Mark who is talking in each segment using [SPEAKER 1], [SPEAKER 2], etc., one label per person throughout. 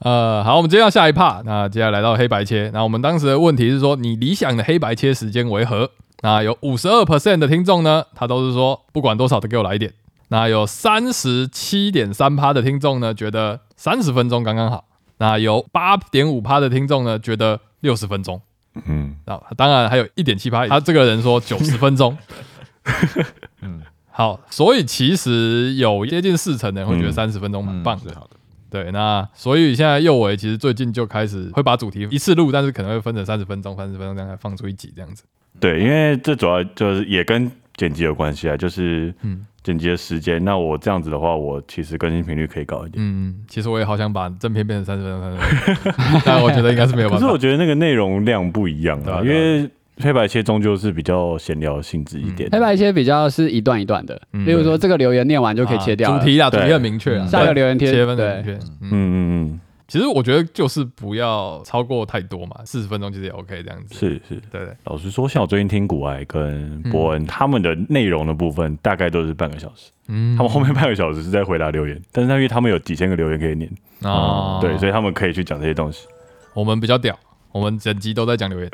[SPEAKER 1] 呃，好，我们接到下一趴，那接下来到黑白切，那我们当时的问题是说，你理想的黑白切时间为何？那有五十二 percent 的听众呢，他都是说不管多少都给我来一点。那有三十七点三趴的听众呢，觉得三十分钟刚刚好。那有八点五趴的听众呢，觉得六十分钟。
[SPEAKER 2] 嗯，
[SPEAKER 1] 那当然还有一点七趴，他这个人说九十分 钟。
[SPEAKER 3] 嗯，
[SPEAKER 1] 好，所以其实有接近四成的人会觉得
[SPEAKER 2] 嗯
[SPEAKER 1] 三十分钟蛮
[SPEAKER 3] 嗯
[SPEAKER 1] 棒的。
[SPEAKER 2] 是好的，
[SPEAKER 1] 对，那所以现在右维其实最近就开始会把主题一次录，但是可能会分成三十分钟、三十分钟这样来放出一集这样子。
[SPEAKER 2] 对，因为这主要就是也跟剪辑有关系啊，就是
[SPEAKER 1] 嗯
[SPEAKER 2] 剪辑的时间。那我这样子的话，我其实更新频率可以高一点。
[SPEAKER 1] 嗯，其实我也好想把正片变成三十分钟、三十分钟， 但我觉得应该是没有
[SPEAKER 2] 可
[SPEAKER 1] 办
[SPEAKER 2] 是我
[SPEAKER 1] 法。
[SPEAKER 2] 觉得那个内容量不一样
[SPEAKER 1] 对啊
[SPEAKER 2] 啊，因
[SPEAKER 1] 对啊
[SPEAKER 2] 为黑白切终究是比较闲聊性质一点。
[SPEAKER 1] 嗯
[SPEAKER 4] 黑白切比较是一段一段的，
[SPEAKER 1] 嗯
[SPEAKER 4] 例如说这个留言念完就可以切掉
[SPEAKER 1] 啊
[SPEAKER 4] 了
[SPEAKER 1] 主题啦，主
[SPEAKER 2] 对
[SPEAKER 1] 题很明确啊，
[SPEAKER 3] 嗯
[SPEAKER 4] 下个留言贴
[SPEAKER 1] 切分
[SPEAKER 4] 对
[SPEAKER 1] 很明确。嗯，
[SPEAKER 2] 嗯嗯嗯，
[SPEAKER 1] 其实我觉得就是不要超过太多嘛，四十分钟其实也 OK 这样子。
[SPEAKER 2] 是是。
[SPEAKER 1] 对
[SPEAKER 4] 嗯
[SPEAKER 1] 对，
[SPEAKER 2] 老实说，像我最近听古埃跟
[SPEAKER 1] 嗯
[SPEAKER 2] 伯恩、他们的内容的部分，大概都是半个小时。
[SPEAKER 1] 嗯
[SPEAKER 2] 他们后面半个小时是在回答留言，但是因为他们有几千个留言可以念，嗯
[SPEAKER 1] 啊，
[SPEAKER 2] 对，所
[SPEAKER 1] 以
[SPEAKER 2] 以他们可以去讲这些东西。
[SPEAKER 1] 我们比较屌，我们整集都在讲留言。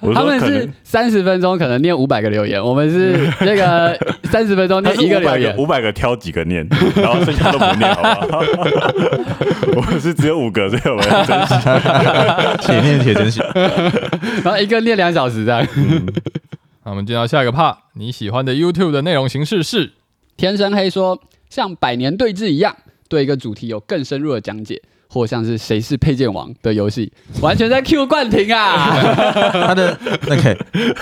[SPEAKER 2] 我
[SPEAKER 4] 他
[SPEAKER 2] 说
[SPEAKER 4] 们
[SPEAKER 2] 可
[SPEAKER 4] 是
[SPEAKER 2] 能
[SPEAKER 4] 三十分钟可能念五百个留言，我们是 那个三十分钟
[SPEAKER 2] 他
[SPEAKER 4] 念
[SPEAKER 2] 是
[SPEAKER 4] 一个
[SPEAKER 2] 五
[SPEAKER 4] 留
[SPEAKER 2] 百个
[SPEAKER 4] 言，
[SPEAKER 2] 五百个挑几个念， 然后剩下都不念，好不好？ 我是只有五个，所以我 们要珍惜。
[SPEAKER 3] 铁面铁真心，
[SPEAKER 4] 然后一个念两小时这样。
[SPEAKER 1] 那我们进到下一个 part，你喜欢的 YouTube 的内容形式是？
[SPEAKER 4] 天生黑说，像百年对峙一样，对一个主题有更深入的讲解，或像是谁是配件王的游戏，完全在 Q 冠 廷啊！
[SPEAKER 3] 他的那个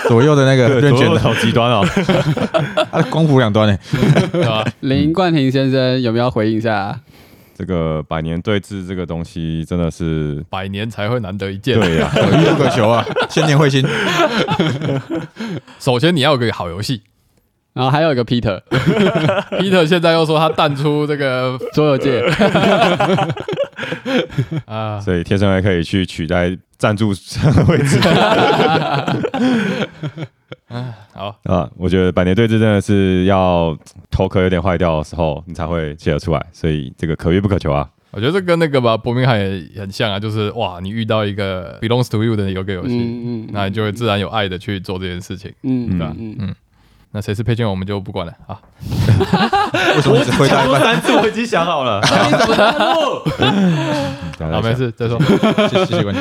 [SPEAKER 3] 左右的那个任
[SPEAKER 2] 左
[SPEAKER 3] 卷
[SPEAKER 2] 右
[SPEAKER 3] 的，
[SPEAKER 2] 好极端哦，
[SPEAKER 3] 他的光谱两端呢。
[SPEAKER 1] 对吧？
[SPEAKER 4] 林冠廷先生有没有回应一下？
[SPEAKER 5] 这个百年对峙这个东西真的是
[SPEAKER 1] 百年才会难得一见。
[SPEAKER 5] 对呀、
[SPEAKER 3] 可遇不可求啊，千年彗星。
[SPEAKER 1] 首先你要有个好游戏。
[SPEAKER 4] 然后还有一个 Peter
[SPEAKER 1] Peter 现在又说他淡出这个
[SPEAKER 4] 桌 游界，
[SPEAKER 1] 啊，
[SPEAKER 5] 所以天生还可以去取代赞助商的位置
[SPEAKER 1] 好，
[SPEAKER 5] 啊。我觉得百年对峙真的是要头壳有点坏掉的时候，你才会写得出来，所以这个可遇不可求啊。
[SPEAKER 1] 我觉得这跟那个吧，伯明翰也很像啊，就是哇，你遇到一个 belongs to you 的有个游戏，
[SPEAKER 4] 嗯嗯
[SPEAKER 1] 那你就会自然有爱的去做这件事情。
[SPEAKER 4] 嗯
[SPEAKER 1] 对啊吧
[SPEAKER 4] 嗯
[SPEAKER 1] 那谁是配件我们就不管了啊。
[SPEAKER 3] 为什么一直回答一半？
[SPEAKER 5] 三次我已经想好了，
[SPEAKER 1] 好，没事，再说。
[SPEAKER 3] 谢谢谢关你。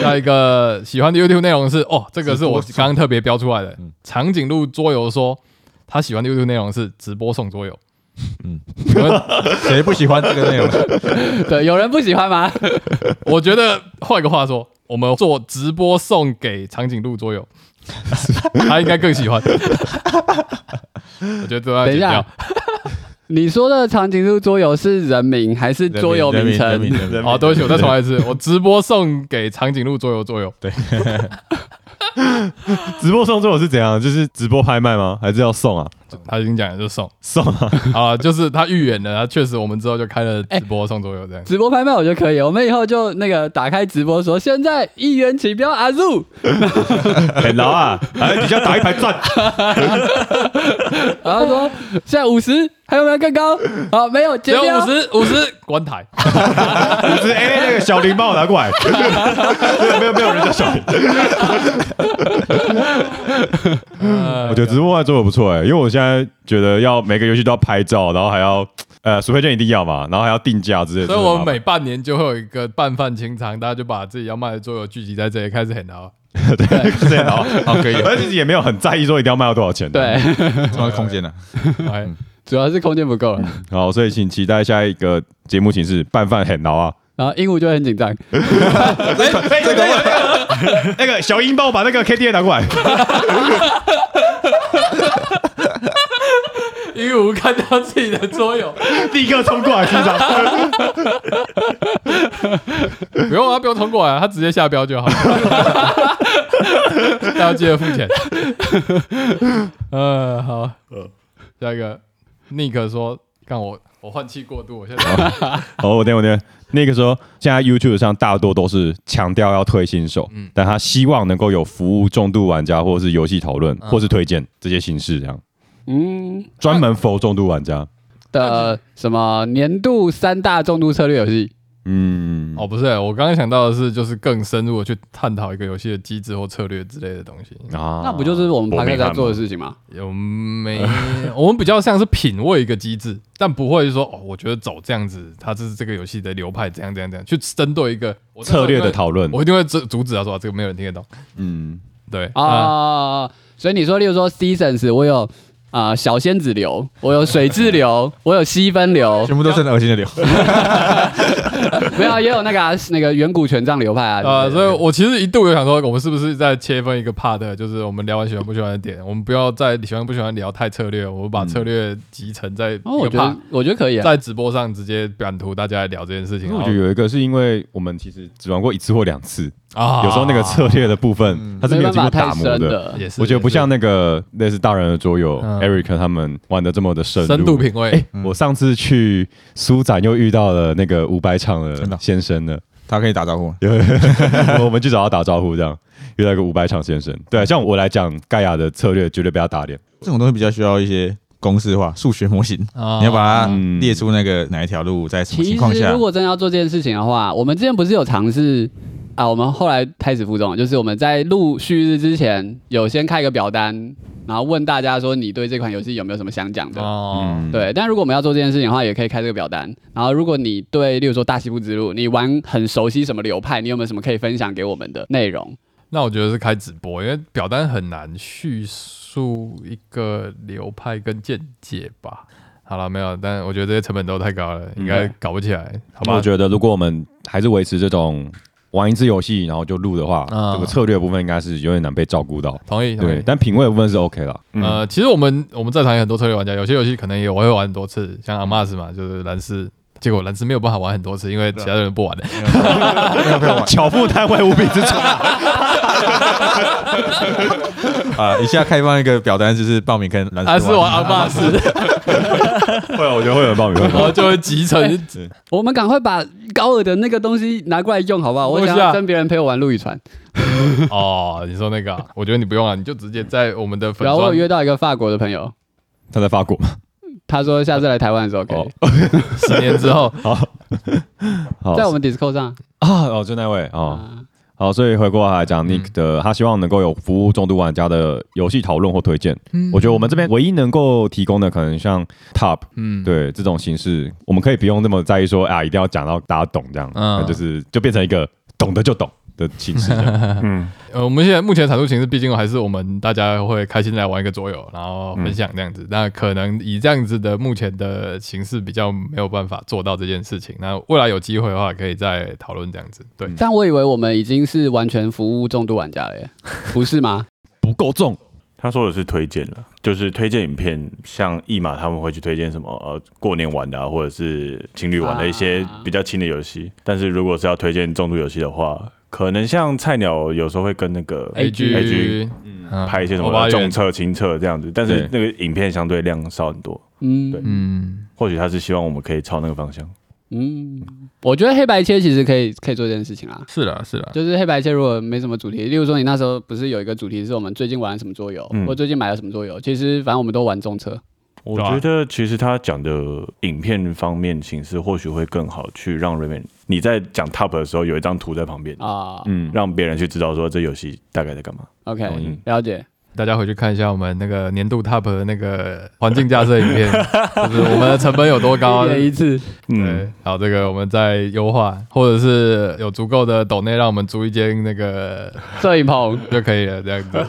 [SPEAKER 1] 下一个喜欢的 YouTube 内容是哦，这个是我
[SPEAKER 3] 直播
[SPEAKER 1] 刚刚特别标出来的
[SPEAKER 5] 嗯。
[SPEAKER 1] 长颈鹿桌游说他喜欢的 YouTube 内容是直播送桌游。嗯
[SPEAKER 5] 嗯，
[SPEAKER 3] 谁不喜欢这个内容？
[SPEAKER 4] 对，有人不喜欢吗？
[SPEAKER 1] 我觉得换个话说，我们做直播送给长颈鹿桌 游，他应该更喜欢。我觉得都要
[SPEAKER 4] 等
[SPEAKER 1] 剪
[SPEAKER 4] 一下
[SPEAKER 1] 掉。
[SPEAKER 4] 你说的长颈鹿桌游是人名还是桌游名
[SPEAKER 3] 人民
[SPEAKER 4] 称？
[SPEAKER 3] 人民人民
[SPEAKER 1] 好，对不起，我再重来一次，我直播送给长颈鹿桌游桌游。
[SPEAKER 5] 直播送这种是怎样？就是直播拍卖吗？还是要送啊？
[SPEAKER 1] 他已经讲了，就送
[SPEAKER 5] 送啊！
[SPEAKER 1] 啊，就是他预言了，他确实我们之后就开了直播送桌游这样。
[SPEAKER 4] 直播拍卖我觉得可以，我们以后就那个打开直播说，现在一元起标阿 z
[SPEAKER 5] 很牢啊！哎，底下打一排钻，
[SPEAKER 4] 然后说 现在五十，还有没有更高？好，没有，
[SPEAKER 1] 只
[SPEAKER 4] 结
[SPEAKER 1] 有
[SPEAKER 4] 标
[SPEAKER 1] 五。十，五十关 台，
[SPEAKER 5] 就是哎那个小林帮我拿过来。 没有没有人 叫小林，
[SPEAKER 1] 我
[SPEAKER 5] 我觉得直播拍做的不错哎，因为我现在觉得要每个游戏都要拍照，然后还要呃，除非就一定要嘛，然后还要定价之类的。
[SPEAKER 1] 所以我们每
[SPEAKER 5] 真
[SPEAKER 1] 半年就会有一个拌饭清仓，大家就把自己要卖的桌游聚集在这里开始很熬。
[SPEAKER 5] 的麻烦 对，然后
[SPEAKER 3] 好，可以，
[SPEAKER 1] 哦
[SPEAKER 5] 而且自己也没有很在意说一定要卖到多少钱。，
[SPEAKER 4] 对，
[SPEAKER 3] 重要空间啊呢？
[SPEAKER 1] 哎，
[SPEAKER 4] 主要是空间不够了，
[SPEAKER 5] 好，所以请期待下一个节目形式，拌饭很牢 啊。
[SPEAKER 4] 然后鹦鹉就会很紧张。
[SPEAKER 5] 哎，这个 那个小英帮我把那个 K D A 拿过来。
[SPEAKER 1] 鹦鹉看到自己的桌游，
[SPEAKER 5] 立刻冲过来欣赏。
[SPEAKER 1] 不用啊，不用通过啊，他直接下标 就好。大家记得付钱。呃，好，下一个，Nick 说，看我我换气过度，我现
[SPEAKER 5] 哦
[SPEAKER 1] 在
[SPEAKER 5] 好，我念我念。那个时候，现在 YouTube 上大多都是强调要推新手，
[SPEAKER 1] 嗯
[SPEAKER 5] 但他希望能够有服务重度玩家，或是游戏讨论，
[SPEAKER 1] 嗯
[SPEAKER 5] 或是推荐这些形式，这样
[SPEAKER 4] 嗯，
[SPEAKER 5] 专门 for 重度玩家。
[SPEAKER 4] 的什么年度三大重度策略游戏，
[SPEAKER 5] 嗯，
[SPEAKER 1] 哦，不是、我刚刚想到的是，就是更深入的去探讨一个游戏的机制或策略之类的东西。
[SPEAKER 5] 啊
[SPEAKER 4] 那不就是我们
[SPEAKER 2] 我
[SPEAKER 4] p
[SPEAKER 2] 没
[SPEAKER 4] a 在
[SPEAKER 2] 看
[SPEAKER 4] 做的
[SPEAKER 2] 嘛
[SPEAKER 4] 事情吗？
[SPEAKER 1] 有没？ 我们比较像是品味一个机制，但不会说哦，我觉得走这样子，它是这个游戏的流派，怎样怎样怎样，去针对一个我那时候
[SPEAKER 5] 策略
[SPEAKER 1] 因
[SPEAKER 5] 的
[SPEAKER 1] 为
[SPEAKER 5] 讨 论？
[SPEAKER 1] 我一定会阻阻止他说、啊、这个没有人听得懂。
[SPEAKER 5] 嗯，
[SPEAKER 1] 对啊，
[SPEAKER 4] 啊，所以你说，例如说 seasons，我有啊、呃小仙子流，我有水之流，我有西分流，
[SPEAKER 3] 全部都是很恶心的流。
[SPEAKER 4] 没有也有那个啊、那个远古权杖流派啊。
[SPEAKER 1] 呃，
[SPEAKER 4] 对不对
[SPEAKER 1] 所以我其实一度有想说，我们是不是在切分一个 part，就是我们聊完喜欢不喜欢的点，我们不要再喜欢不喜欢聊太策略，我们把
[SPEAKER 5] 嗯
[SPEAKER 1] 策略集成在一个
[SPEAKER 4] 哦，我觉
[SPEAKER 1] part，、
[SPEAKER 4] 得我觉得可以啊。
[SPEAKER 1] 在直播上直接版图大家来聊这件事情。
[SPEAKER 5] 因为我觉得有一个是因为我们其实只玩过一次或两次，
[SPEAKER 1] 啊嗯
[SPEAKER 5] 有时候那个策略的部分它是没
[SPEAKER 4] 没办
[SPEAKER 5] 有经
[SPEAKER 4] 法
[SPEAKER 5] 过
[SPEAKER 4] 太
[SPEAKER 5] 打磨
[SPEAKER 4] 深
[SPEAKER 5] 的。
[SPEAKER 4] 的，
[SPEAKER 1] 也是，
[SPEAKER 5] 我觉得不
[SPEAKER 1] 也是
[SPEAKER 5] 像那个类似大人的桌游
[SPEAKER 1] 嗯
[SPEAKER 5] ，Eric 他们玩的这么的深入。
[SPEAKER 1] 深度品味。
[SPEAKER 5] 哎，我上次去书展又遇到了那个五百场的先生 呢，
[SPEAKER 3] 他可以打招呼吗，
[SPEAKER 5] 我们去找他打招呼，这样遇到一个五百场先生。对，啊像我来讲，盖亚的策略绝对被他打脸。
[SPEAKER 3] 这种东西比较需要一些公式化、数学模型，
[SPEAKER 1] 啊
[SPEAKER 3] 你要把它
[SPEAKER 5] 嗯
[SPEAKER 3] 列出那个哪一条路在什么情
[SPEAKER 4] 其
[SPEAKER 3] 况
[SPEAKER 4] 实
[SPEAKER 3] 下
[SPEAKER 4] 如。果真的要做这件事情的话，我们之前不是有尝试啊？我们后来开始附中了，就是我们在录旭日之前，有先开一个表单，然后问大家说你对这款游戏有没有什么想讲的。
[SPEAKER 1] 哦，
[SPEAKER 5] 嗯，
[SPEAKER 4] 对，但如果我们要做这件事情的话，也可以开这个表单。然后，如果你对，例如说大西部之路，你玩很熟悉什么流派，你有没有什么可以分享给我们的内容？
[SPEAKER 1] 那我觉得是开直播，因为表单很难叙述一个流派跟见解吧。好了，没有，但我觉得这些成本都太高了，应该搞不起来，好吧？
[SPEAKER 5] 嗯我觉得如果我们还是维持这种玩一次游戏然后就录的话，
[SPEAKER 1] 嗯
[SPEAKER 4] 啊
[SPEAKER 5] 这个策略部分应该是有点难被照顾到。
[SPEAKER 1] 同意，同
[SPEAKER 5] 对
[SPEAKER 1] 意，。
[SPEAKER 5] 但品嗯味的部分是 OK 啦。
[SPEAKER 1] 呃，其实我们我们在场有很多策略玩家，有些游戏可能也我会玩很多次，像 Amas 嘛，就是蓝斯，结果蓝斯没有办法玩很多次，因为其他人不玩。
[SPEAKER 5] 啊巧妇难为无米之炊。
[SPEAKER 3] 啊，以下开放一个表单，就是报名跟蓝
[SPEAKER 1] 还啊是
[SPEAKER 3] 斯
[SPEAKER 1] 玩 Amas，
[SPEAKER 5] 会啊，我觉得会有人报名。
[SPEAKER 1] 然后就会集成。
[SPEAKER 4] 我们赶快把高尔的那个东西拿过来用，好不好？我想
[SPEAKER 1] 东西
[SPEAKER 4] 要
[SPEAKER 1] 啊
[SPEAKER 4] 跟别人陪我玩陆羽船。
[SPEAKER 1] 哦，你说那个啊、我觉得你不用了，你就直接在我们的粉
[SPEAKER 4] 然后我有
[SPEAKER 1] 砖
[SPEAKER 4] 约到一个法国的朋友，
[SPEAKER 5] 他在法国嘛？
[SPEAKER 4] 他说下次来台湾的时候可以。
[SPEAKER 5] 哦
[SPEAKER 1] 十年之 后，
[SPEAKER 5] 好
[SPEAKER 4] 在我们 Discord 上
[SPEAKER 5] 啊，哦，就那位哦。
[SPEAKER 4] 啊，
[SPEAKER 5] 好，所以回过来讲 Nick 的，他希望能够有服务重度玩家的游戏讨论或推荐。
[SPEAKER 4] 嗯
[SPEAKER 5] 我觉得我们这边唯一能够提供的，可能像 Top
[SPEAKER 1] 嗯，
[SPEAKER 5] 对这种形式，我们可以不用那么在意说啊，一定要讲到大家懂这样，
[SPEAKER 1] 嗯
[SPEAKER 5] 那就是就变成一个懂的就懂的形 式这样。嗯，
[SPEAKER 1] 呃，我们现在目前的产出形式，毕竟还是我们大家会开心来玩一个桌游，然后分享这样子。那可能以这样子的目前的形式，比较没有办法做到这件事情。那未来有机会的话，可以再讨论这样子。对，
[SPEAKER 2] 嗯
[SPEAKER 4] 但我以为我们已经是完全服务重度玩家了耶，不是吗？
[SPEAKER 5] 不够重，
[SPEAKER 2] 他说的是推荐了，就是推荐影片，像一马他们会去推荐什么呃过年玩的、啊，或者是情侣玩的一些
[SPEAKER 4] 啊
[SPEAKER 2] 比较轻的游戏。但是如果是要推荐重度游戏的话，可能像菜鸟有时候会跟那个
[SPEAKER 4] A G
[SPEAKER 2] A G
[SPEAKER 1] 嗯
[SPEAKER 2] 拍一些什
[SPEAKER 1] 欧巴
[SPEAKER 2] 么
[SPEAKER 1] 元
[SPEAKER 2] 重测、轻测这样子，但是那个影片相对量少很多。
[SPEAKER 4] 嗯，
[SPEAKER 2] 对
[SPEAKER 1] 嗯，
[SPEAKER 2] 或许他是希望我们可以朝那个方向。
[SPEAKER 4] 嗯，我觉得黑白切其实可以可以做这件事情啦。
[SPEAKER 1] 是啦，是啦，
[SPEAKER 4] 就是黑白切如果没什么主题，例如说你那时候不是有一个主题是我们最近玩什么桌游，
[SPEAKER 2] 嗯
[SPEAKER 4] 或最近买了什么桌游，其实反正我们都玩中车。
[SPEAKER 2] 我
[SPEAKER 1] 对啊
[SPEAKER 2] 觉得其实他讲的影片方面形式或许会更好，去让 Raymond 你在讲 Top 的时候有一张图在旁边，
[SPEAKER 4] 啊、
[SPEAKER 5] 嗯，
[SPEAKER 2] 让别人去知道说这游戏大概在干嘛。
[SPEAKER 4] o
[SPEAKER 2] 同
[SPEAKER 4] k
[SPEAKER 2] 意
[SPEAKER 4] 了解。
[SPEAKER 1] 大家回去看一下我们那个年度 Top 的那个环境架设影片，就是我们的成本有多高啊
[SPEAKER 4] 一。年一次，
[SPEAKER 2] 嗯
[SPEAKER 1] 对，，好，这个我们再优化，或者是有足够的抖内，让我们租一间那个
[SPEAKER 4] 摄影棚，
[SPEAKER 1] 就可以了，这样子。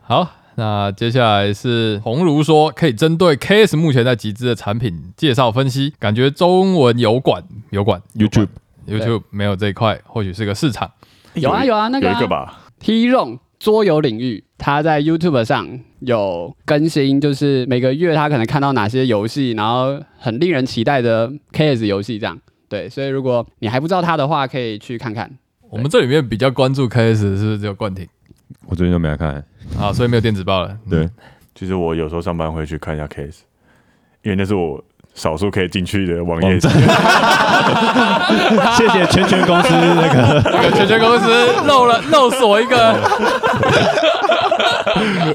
[SPEAKER 1] 好，那接下来是红如说，可以针对 KS 目前在集资的产品介绍分析，感觉中文油管、油管、
[SPEAKER 5] YouTube
[SPEAKER 1] YouTube 没有这一块，或许是个市场。
[SPEAKER 4] 有啊有啊，那
[SPEAKER 2] 有
[SPEAKER 4] 个、
[SPEAKER 2] 一
[SPEAKER 4] 啊、
[SPEAKER 2] 个吧，
[SPEAKER 4] T 用桌游领域，他在 YouTube 上有更新，就是每个月他可能看到哪些游戏，然后很令人期待的 KS 游戏这样。对，所以如果你还不知道他的话，可以去看看。
[SPEAKER 1] 我们这里面比较关注 KS 是不是只有冠廷
[SPEAKER 5] 我最近都没来看。
[SPEAKER 1] 啊？所以没有电子报了。
[SPEAKER 5] 对，
[SPEAKER 2] 其实我有时候上班会去看一下 Case，因为那是我少数可以进去的网
[SPEAKER 5] 网
[SPEAKER 2] 页。
[SPEAKER 5] 站， 谢谢全 权公司那个
[SPEAKER 1] 全球公司漏了漏锁一个。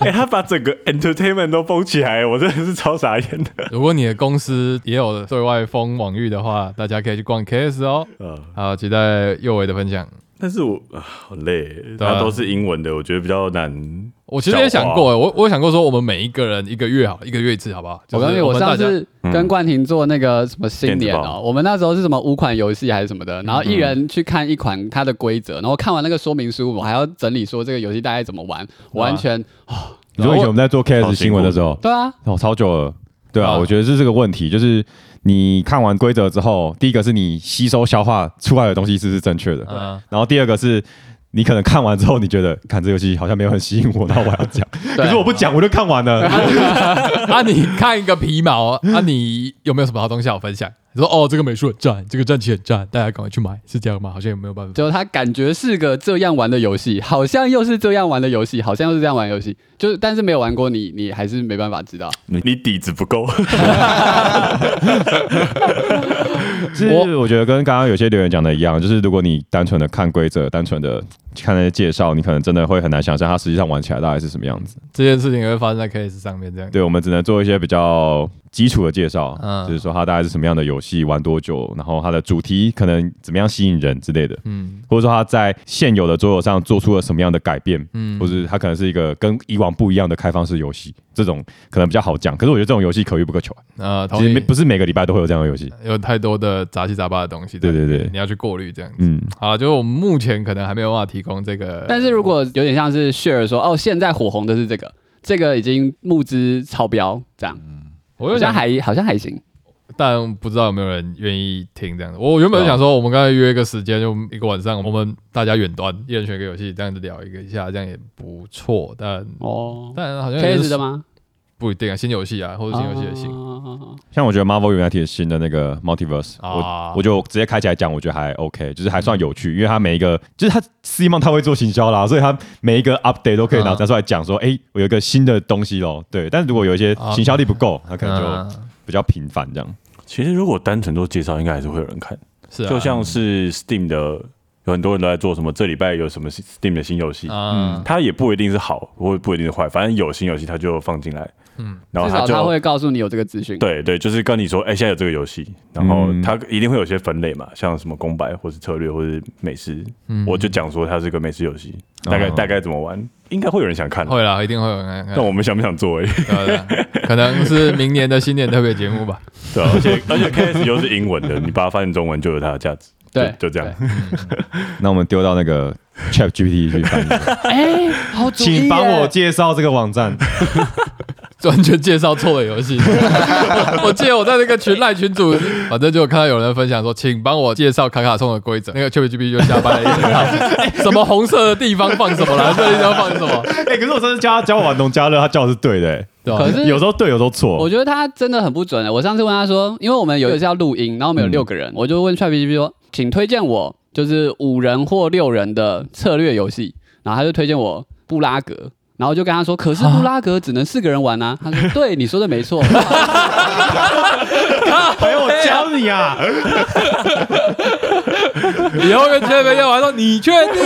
[SPEAKER 2] 哎、他把整个 entertainment 都封起来，我真的是超傻眼的。
[SPEAKER 1] 如果你的公司也有对外封网域的话，大家可以去逛 KS 哦。
[SPEAKER 5] 嗯
[SPEAKER 2] 呃，
[SPEAKER 1] 好，期待右伟的分享。
[SPEAKER 2] 但是我啊好累，
[SPEAKER 1] 对啊
[SPEAKER 2] 它都是英文的，我觉得比较难。
[SPEAKER 1] 我其实也想过，欸我我想过说，我们每一个人一个月好，一个月一次，好不好？
[SPEAKER 4] 我
[SPEAKER 1] 就
[SPEAKER 4] 跟你
[SPEAKER 1] 是
[SPEAKER 4] 我
[SPEAKER 1] 们
[SPEAKER 4] 上
[SPEAKER 1] 大家
[SPEAKER 4] 次跟冠廷做那个什么新年
[SPEAKER 2] 电子
[SPEAKER 4] 哦、我们那时候是什么五款游戏还是什么的，然后一人去看一款它的规则，然后看完那个说明书，我还要整理说这个游戏大概怎么玩，我完全
[SPEAKER 5] 你说以前我们在做 KS 新闻的时候，
[SPEAKER 4] 对啊，
[SPEAKER 5] 哦，超久了。对啊，
[SPEAKER 1] 啊
[SPEAKER 5] 我觉得是这个问题，就是你看完规则之后，第一个是你吸收消化出来的东西是不是正确的，
[SPEAKER 1] 嗯
[SPEAKER 5] 然后第二个是你可能看完之后，你觉得看这游戏好像没有很吸引我，那我要 讲，
[SPEAKER 4] 啊
[SPEAKER 5] 可是我不讲我就看完了。
[SPEAKER 1] 啊，你看一个皮毛，啊，你有没有什么好东西好分享？你说哦，这个美术很赞，这个战旗很赞，大家赶快去买，是这样吗？好像也没有办法。
[SPEAKER 4] 就他感觉是个这样玩的游戏，好像又是这样玩的游戏，好像又是这样玩的游戏，就是但是没有玩过你，你还是没办法知道。
[SPEAKER 2] 你你底子不够，
[SPEAKER 5] 是我觉得跟刚刚有些留言讲的一样，就是如果你单纯的看规则，单纯的看那些介绍，你可能真的会很难想象它实际上玩起来大概是什么样子。
[SPEAKER 1] 这件事情也会发生在 KS 上面，这样。
[SPEAKER 5] 对，我们只能做一些比较基础的介绍，
[SPEAKER 1] 嗯
[SPEAKER 5] 就是说它大概是什么样的游戏，玩多久，然后它的主题可能怎么样吸引人之类的，
[SPEAKER 1] 嗯
[SPEAKER 5] 或者说它在现有的桌游上做出了什么样的改变，
[SPEAKER 1] 嗯
[SPEAKER 5] 或，者它可能是一个跟以往不一样的开放式游戏，这种可能比较好讲。可是我觉得这种游戏可遇不可求啊，
[SPEAKER 1] 呃，
[SPEAKER 5] 其
[SPEAKER 1] 同
[SPEAKER 5] 实
[SPEAKER 1] 意
[SPEAKER 5] 没，不是每个礼拜都会有这样的游戏。
[SPEAKER 1] 有太多的杂七杂八的东西。
[SPEAKER 5] 对对对
[SPEAKER 1] 你要去过滤这样子。
[SPEAKER 5] 嗯，
[SPEAKER 1] 好了，就是我们目前可能还没有办法提供这个，
[SPEAKER 4] 但是如果有点像是 share 说，哦，现在火红的是这个，这个已经募资超标，这样
[SPEAKER 1] 我
[SPEAKER 4] 好
[SPEAKER 1] 又
[SPEAKER 4] 像
[SPEAKER 1] 想，
[SPEAKER 4] 还好像还行。
[SPEAKER 1] 但不知道有没有人愿意听这样子。我原本想说，我们刚才约一个时间，就一个晚上，我们大家远端一人选一个游戏，这样子聊一个一下，这样也不错。但
[SPEAKER 4] 哦
[SPEAKER 1] 但好像也
[SPEAKER 4] ，case
[SPEAKER 1] 是
[SPEAKER 4] 的吗？
[SPEAKER 1] 不一定啊，新游戏啊，或者新游戏也行。
[SPEAKER 4] 哦
[SPEAKER 5] 像我觉得 Marvel United 新的那个 Multiverse，、
[SPEAKER 1] 啊
[SPEAKER 5] 我我就直接开起来讲，我觉得还 OK，就是还算有趣，因为它每一个就是它 C 梦它会做行销啦，所以它每一个 update 都可以拿
[SPEAKER 1] 嗯
[SPEAKER 5] 拿出来讲说，哎、我有一个新的东西咯。对，但是如果有一些
[SPEAKER 1] 啊
[SPEAKER 5] 行销力不够，它可能就
[SPEAKER 1] 嗯
[SPEAKER 5] 比较频繁这样。
[SPEAKER 2] 其实如果单纯做介绍，应该还是会有人看。
[SPEAKER 1] 是啊，
[SPEAKER 2] 就像是 Steam 的，有很多人都在做什么，这礼拜有什么 Steam 的新游戏，
[SPEAKER 1] 嗯，
[SPEAKER 2] 它也不一定是好，或不一定是坏，反正有新游戏它就放进来，
[SPEAKER 1] 嗯
[SPEAKER 2] 嗯，然后
[SPEAKER 4] 至少
[SPEAKER 2] 就
[SPEAKER 4] 他会告诉你有这个资讯。
[SPEAKER 2] 对对，就是跟你说，哎、现在有这个游戏，然后
[SPEAKER 5] 嗯
[SPEAKER 2] 它一定会有些分类嘛，像什么公白，或是策略，或是美食，我就讲说它是个美食游戏，大概、
[SPEAKER 5] 哦
[SPEAKER 2] 大概怎么玩，应该会有人想看，
[SPEAKER 1] 会啦，一定会有人 看
[SPEAKER 2] 但。我们想不想做、哎，
[SPEAKER 1] 对啊对啊可能是明年的新年特别节目吧。
[SPEAKER 2] 对啊、而且而且 KS 又是英文的，你把它翻成中文就有它的价值，
[SPEAKER 4] 对，
[SPEAKER 2] 就就这样。
[SPEAKER 5] 那我们丢到那个 Chat GPT 去 翻译，
[SPEAKER 4] 哎，好主意耶，
[SPEAKER 5] 请帮我介绍这个网站。
[SPEAKER 1] 完全介绍错了游戏。 我记得我在那个群赖群组，反正就有看到有人分享说，请帮我介绍卡卡颂的规则。那个 ChatGPT 就下班了一整套，什么红色的地方放什么，蓝色的地方放什么，
[SPEAKER 5] 哎、可是我上次教他教我玩农家乐，他教的是对的、欸，
[SPEAKER 1] 对吧？
[SPEAKER 4] 可是
[SPEAKER 5] 有时候对，有时候
[SPEAKER 4] 我
[SPEAKER 5] 错。
[SPEAKER 4] 觉得他真的很不准。欸我上次问他说，因为我们有一次要录音，然后我们有六个人，我就问 ChatGPT 说，请推荐我就是五人或六人的策略游戏，然后他就推荐我布拉格，然后我就跟他说，可是布拉格只能四个人玩啊。他说，对，你说的没错。
[SPEAKER 5] 还哎有我教你 啊，
[SPEAKER 1] 以后跟 ChatGPT 玩说，你确 定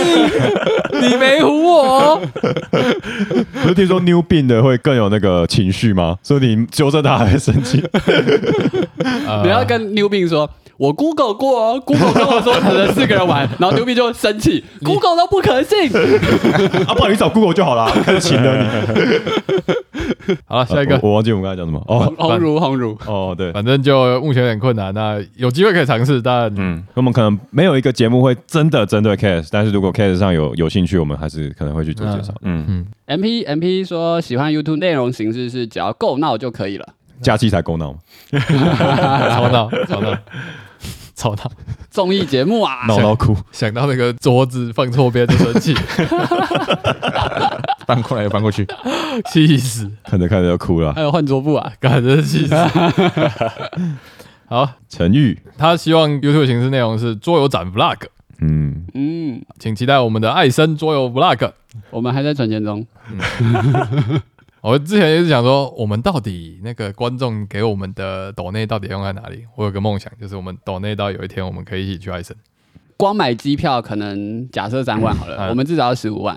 [SPEAKER 1] 你没唬我哦？
[SPEAKER 5] 不是听说 New 病的会更有那个情绪吗？所以你纠正他还会生气。
[SPEAKER 1] 呃
[SPEAKER 5] 啊
[SPEAKER 4] 不要跟 Newbin 说。我 Google 过哦，Google 跟我说只能四个人玩，然后 Newbin 就生气，Google 都不可信。
[SPEAKER 5] 啊，不然你找 Google 就好了，开始请了你。
[SPEAKER 1] 好了，下一个。
[SPEAKER 5] 啊我我忘记我们刚才讲什么。
[SPEAKER 4] 红
[SPEAKER 5] 哦
[SPEAKER 4] 红儒，红儒，
[SPEAKER 5] 哦，对，
[SPEAKER 1] 反正就目前有点困难，那有机会可以尝试，但
[SPEAKER 2] 嗯，
[SPEAKER 5] 我们可能没有一个节目会真的针对 case，但是如果 case 上有有兴趣，我们还是可能会去做介绍。
[SPEAKER 2] 嗯，
[SPEAKER 4] M P M P 说喜欢 YouTube 内容形式是只要够闹就可以了，
[SPEAKER 5] 假期才够闹
[SPEAKER 1] 嗯
[SPEAKER 5] 嘛，
[SPEAKER 1] 吵闹吵闹吵闹，
[SPEAKER 4] 综艺节目啊，
[SPEAKER 5] 闹到哭。
[SPEAKER 1] 想到那个桌子放错边就生气，
[SPEAKER 3] 翻过来又翻过去，
[SPEAKER 1] 气死！
[SPEAKER 5] 看着看着就哭了
[SPEAKER 1] 嗯
[SPEAKER 4] 还。有换桌布 啊，
[SPEAKER 1] 感真是气死。好，
[SPEAKER 5] 陈玉，
[SPEAKER 1] 他希望 YouTube 形式内容是桌游展 Vlog，
[SPEAKER 5] 嗯，
[SPEAKER 4] 嗯，
[SPEAKER 1] 请期待我们的爱生桌游 Vlog。
[SPEAKER 4] 我们还在存钱中，
[SPEAKER 1] 我之前一直想说，我们到底那个观众给我们的抖内到底用在哪里？我有个梦想，就是我们抖内到有一天我们可以一起去爱生。
[SPEAKER 4] 光买机票可能假设三万好了，
[SPEAKER 1] 嗯
[SPEAKER 4] 我们至少要十五万，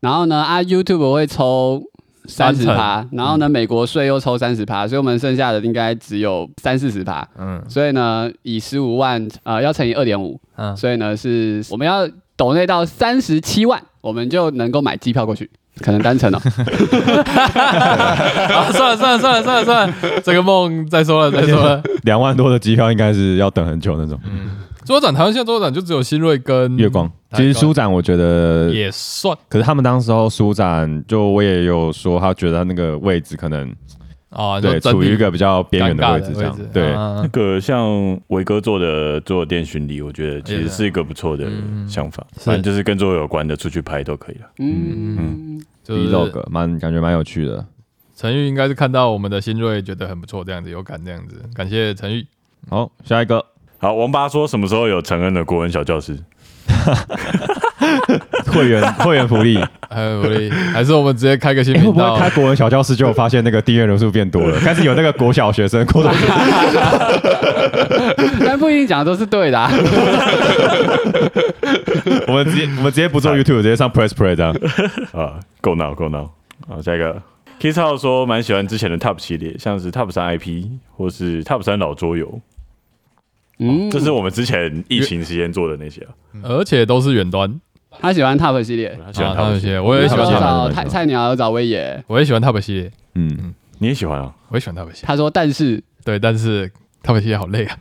[SPEAKER 4] 然后呢，啊，YouTube 会抽三十
[SPEAKER 1] 三
[SPEAKER 4] 趴，然后呢，美国税又抽三十趴，所以我们剩下的应该只有三四十趴。
[SPEAKER 1] 嗯
[SPEAKER 4] 所以呢，以十五万呃要乘以二点五，
[SPEAKER 1] 嗯，
[SPEAKER 4] 所以呢是我们要抖内到三十七万，我们就能够买机票过去。可能单程哦，
[SPEAKER 1] 啊， 算了算了算了算了算了，这个梦再说了再说了。
[SPEAKER 5] 两万多的机票应该是要等很久那种。
[SPEAKER 1] 桌游展台湾现在桌游展就只有新锐跟
[SPEAKER 5] 月光，
[SPEAKER 1] 嗯
[SPEAKER 5] 其实书展我觉得
[SPEAKER 1] 也算
[SPEAKER 5] 可是他们当时候书展，就我也有说，他觉得他那个位置可能
[SPEAKER 1] 啊，
[SPEAKER 5] 对
[SPEAKER 1] 就整
[SPEAKER 5] 处于
[SPEAKER 1] 体
[SPEAKER 5] 一个比较边
[SPEAKER 1] 尴
[SPEAKER 5] 缘
[SPEAKER 1] 尬
[SPEAKER 5] 位
[SPEAKER 1] 的
[SPEAKER 5] 置
[SPEAKER 1] 位
[SPEAKER 5] 上
[SPEAKER 1] 置，，
[SPEAKER 5] 对。
[SPEAKER 1] 啊
[SPEAKER 2] 那个像维哥做的做店巡礼，我觉得其
[SPEAKER 1] 也
[SPEAKER 2] 实
[SPEAKER 1] 是
[SPEAKER 2] 是一个不错的
[SPEAKER 1] 嗯
[SPEAKER 2] 想法，
[SPEAKER 1] 是
[SPEAKER 2] 反正就是跟桌游有关的出去拍都可以了。
[SPEAKER 4] 嗯，
[SPEAKER 1] 就
[SPEAKER 5] vlog
[SPEAKER 1] 是
[SPEAKER 5] 蛮感觉蛮有趣的。
[SPEAKER 1] 陈玉应该是看到我们的新锐觉得很不错，这样子有感这样子，感谢陈玉。
[SPEAKER 5] 好，下一个
[SPEAKER 2] 好，王八说什么时候有承恩的国文小教室？
[SPEAKER 5] 会员 会员福利，欸、
[SPEAKER 1] 还有 我还是我们直接开个新
[SPEAKER 5] 哎会
[SPEAKER 1] 频
[SPEAKER 5] 不
[SPEAKER 1] 道
[SPEAKER 5] 会开，国文小教室就有发现那个订阅人数变多了，开始有那个国小学生、国 中学生，
[SPEAKER 4] 但不一定讲的都是对的、啊。
[SPEAKER 5] 我们直接我们直接不做 YouTube，直接上 Press Play 这样。
[SPEAKER 2] 啊，够闹够闹。好，下一个，Kiss How 说蛮喜欢之前的 Top 系列，像是 Top 三 IP 或是 Top 三老桌游，
[SPEAKER 4] 嗯，
[SPEAKER 2] 这是我们之前疫情期间做的那些啊。
[SPEAKER 1] 而且都是远端
[SPEAKER 4] 他喜欢 Top 系列，
[SPEAKER 2] 他喜
[SPEAKER 1] 啊，
[SPEAKER 2] 欢
[SPEAKER 1] 他
[SPEAKER 2] Top
[SPEAKER 1] 们
[SPEAKER 2] 系
[SPEAKER 1] 些
[SPEAKER 2] 列，
[SPEAKER 1] 我也喜欢
[SPEAKER 4] 有
[SPEAKER 5] 他们
[SPEAKER 1] 他，
[SPEAKER 4] 找
[SPEAKER 5] 他
[SPEAKER 4] 菜菜鸟，有找威爷，
[SPEAKER 1] 我也喜欢 Top 系列，
[SPEAKER 5] 嗯，
[SPEAKER 2] 你也喜欢啊？
[SPEAKER 1] 我也喜欢 Top 系列，
[SPEAKER 4] 他说但是
[SPEAKER 1] 对，但是 Top 系列好累啊，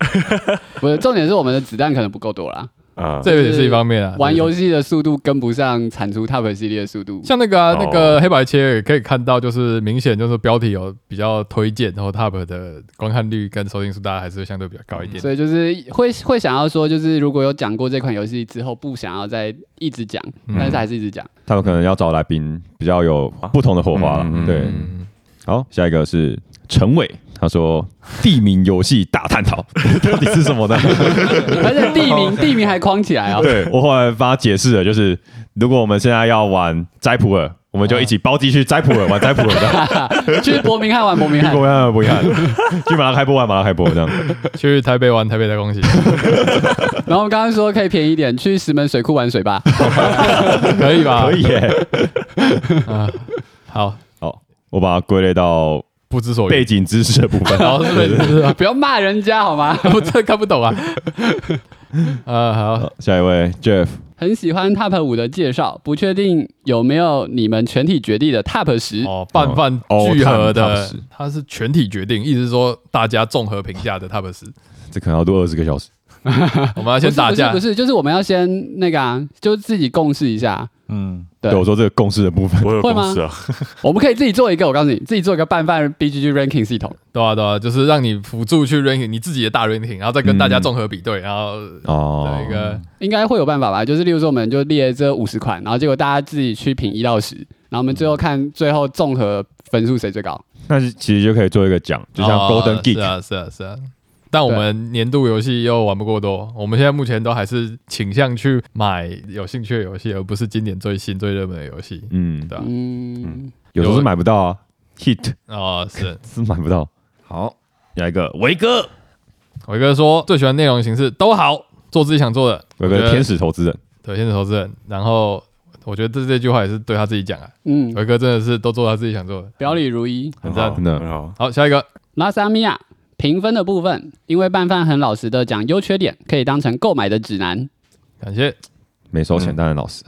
[SPEAKER 4] 不是重点是我们的子弹可能不够多啦，
[SPEAKER 2] 啊，
[SPEAKER 1] 这也是一方面啊，
[SPEAKER 4] 玩
[SPEAKER 1] 对
[SPEAKER 4] 游戏的速度跟不上产出 Top 系列的速度。
[SPEAKER 1] 像那个、啊、
[SPEAKER 2] 哦
[SPEAKER 1] 那个黑白切也可以看到，就是明显就是标题有比较推荐，然后 Top 的观看率跟收听数，大家还是相对比较高一点。
[SPEAKER 4] 所以就是会会想要说，就是如果有讲过这款游戏之后，不想要再一直讲，
[SPEAKER 1] 嗯
[SPEAKER 4] 但是还是一直讲。
[SPEAKER 5] 他们可能要找来宾比较有不同的火花了。
[SPEAKER 2] 嗯嗯嗯
[SPEAKER 5] 对，
[SPEAKER 1] 嗯，
[SPEAKER 5] 好，下一个是陈伟，他说地名游戏大 探讨，到底是什么呢？
[SPEAKER 4] 而且地 名地名还框起来哦。
[SPEAKER 5] 对我后来帮他解释了，就是如果我们现在要玩斋普尔，我们就一起包机去斋普尔玩斋普尔 这 样，
[SPEAKER 4] 去伯明翰玩伯明
[SPEAKER 5] 去
[SPEAKER 4] 翰
[SPEAKER 5] 国，外不遗憾，去马拉开波玩马拉开波这样。
[SPEAKER 1] 去台北玩台北的恭喜，
[SPEAKER 4] 然后我们刚刚说可以便宜一点，去石门水库玩水吧。
[SPEAKER 1] 可以吧？
[SPEAKER 5] 可以耶。
[SPEAKER 1] 啊，好，
[SPEAKER 5] 好，我把它归类到
[SPEAKER 1] 不知所
[SPEAKER 5] 背
[SPEAKER 1] 云，
[SPEAKER 5] 景知识的部 分。
[SPEAKER 2] 哦
[SPEAKER 1] 然后是被知 道，
[SPEAKER 4] 不要骂人家好吗？
[SPEAKER 1] 我真的看不懂啊。啊，好，
[SPEAKER 5] 好下一位 Jeff，
[SPEAKER 4] 很喜欢 Top 五的介绍，不确定有没有你们全体决定的 Top 十。
[SPEAKER 1] 哦，拌饭
[SPEAKER 5] 哦
[SPEAKER 1] 聚合
[SPEAKER 5] Top
[SPEAKER 1] 的
[SPEAKER 5] 10，
[SPEAKER 1] 它是全体决定，意思是说大家综合评价的 Top 十，
[SPEAKER 5] 这可能要录二十个小时。
[SPEAKER 1] 我们要
[SPEAKER 4] 不
[SPEAKER 1] 先
[SPEAKER 4] 是
[SPEAKER 1] 打架
[SPEAKER 4] 不是不，是，就是我们要先那个啊，就自己共识一下。
[SPEAKER 2] 嗯，
[SPEAKER 4] 对
[SPEAKER 5] 对我说这个共识的部分，
[SPEAKER 2] 我有
[SPEAKER 4] 会吗
[SPEAKER 2] 公司啊，
[SPEAKER 4] 我们可以自己做一个，我告诉你，自己做一个拌饭 BGG ranking 系统。
[SPEAKER 1] 对啊对啊，就是让你辅助去 ranking 你自己的大 ranking，然后再跟大家
[SPEAKER 5] 嗯
[SPEAKER 1] 综合比对，然后
[SPEAKER 5] 哦
[SPEAKER 1] 的一个。
[SPEAKER 4] 应该会有办法吧？就是例如说，我们就列这五十款，然后结果大家自己去评一到十，然后我们最后看最后综合分数谁最高。
[SPEAKER 5] 那是其实就可以做一个奖，就像
[SPEAKER 1] 哦
[SPEAKER 5] Golden Geek，、
[SPEAKER 1] 是啊，是啊，是啊。但我
[SPEAKER 4] 对
[SPEAKER 1] 们年度游戏又玩不过多，我们现在目前都还是倾向去买有兴趣的游戏，而不是今年最新最热门的游戏，
[SPEAKER 5] 嗯，
[SPEAKER 1] 对啊，
[SPEAKER 4] 嗯，
[SPEAKER 5] 有时候是买不到啊，Hit
[SPEAKER 1] 哦，是。
[SPEAKER 5] 是买不到。好，下一个维哥，
[SPEAKER 1] 伟哥说最喜欢内容形式都好，做自己想做的。我
[SPEAKER 5] 维
[SPEAKER 1] 觉
[SPEAKER 5] 哥
[SPEAKER 1] 得
[SPEAKER 5] 天使投资人，
[SPEAKER 1] 对，先是投资人。然后我觉得这这句话也是对他自己讲啊，
[SPEAKER 4] 嗯，
[SPEAKER 1] 伟哥真的是都做他自己想做的。
[SPEAKER 4] 表里如一。
[SPEAKER 1] 很
[SPEAKER 2] 好
[SPEAKER 1] 赞
[SPEAKER 5] 真的
[SPEAKER 2] 啊很好。
[SPEAKER 1] 好，下一个
[SPEAKER 4] 拉萨米亚评分的部分，因为拌饭很老实的讲优缺点，可以当成购买的指南。
[SPEAKER 1] 感谢。
[SPEAKER 5] 没收钱，当然老 实。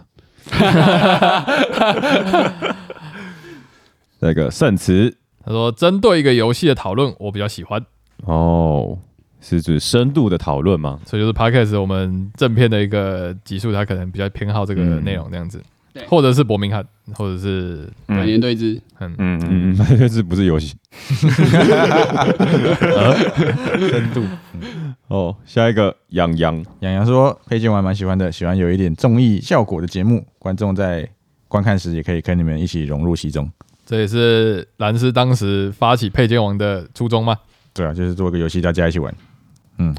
[SPEAKER 5] 那个圣词
[SPEAKER 1] 他说针对一个游戏的讨论，我比较喜欢，
[SPEAKER 5] 哦，是指深度的讨论吗？
[SPEAKER 1] 所以就是 podcast 我们正片的一个集数，他可能比较偏好这个
[SPEAKER 5] 嗯
[SPEAKER 1] 内容这样子，
[SPEAKER 4] 对
[SPEAKER 1] 或者是伯明翰，或者是
[SPEAKER 4] 本年对峙，
[SPEAKER 1] 嗯，
[SPEAKER 2] 嗯嗯，
[SPEAKER 5] 嗯，嗯， 这不是游戏。
[SPEAKER 1] 呃
[SPEAKER 3] 深度。
[SPEAKER 5] 哦，下一个洋洋，
[SPEAKER 3] 洋洋说，推荐我还蛮喜欢的，喜欢有一点综艺效果的节目，观众在观看时也可以跟你们一起融入其中。
[SPEAKER 1] 这也是蓝斯当时发起配件王的初衷嘛，
[SPEAKER 3] 对啊，就是做个游戏，大家一起玩。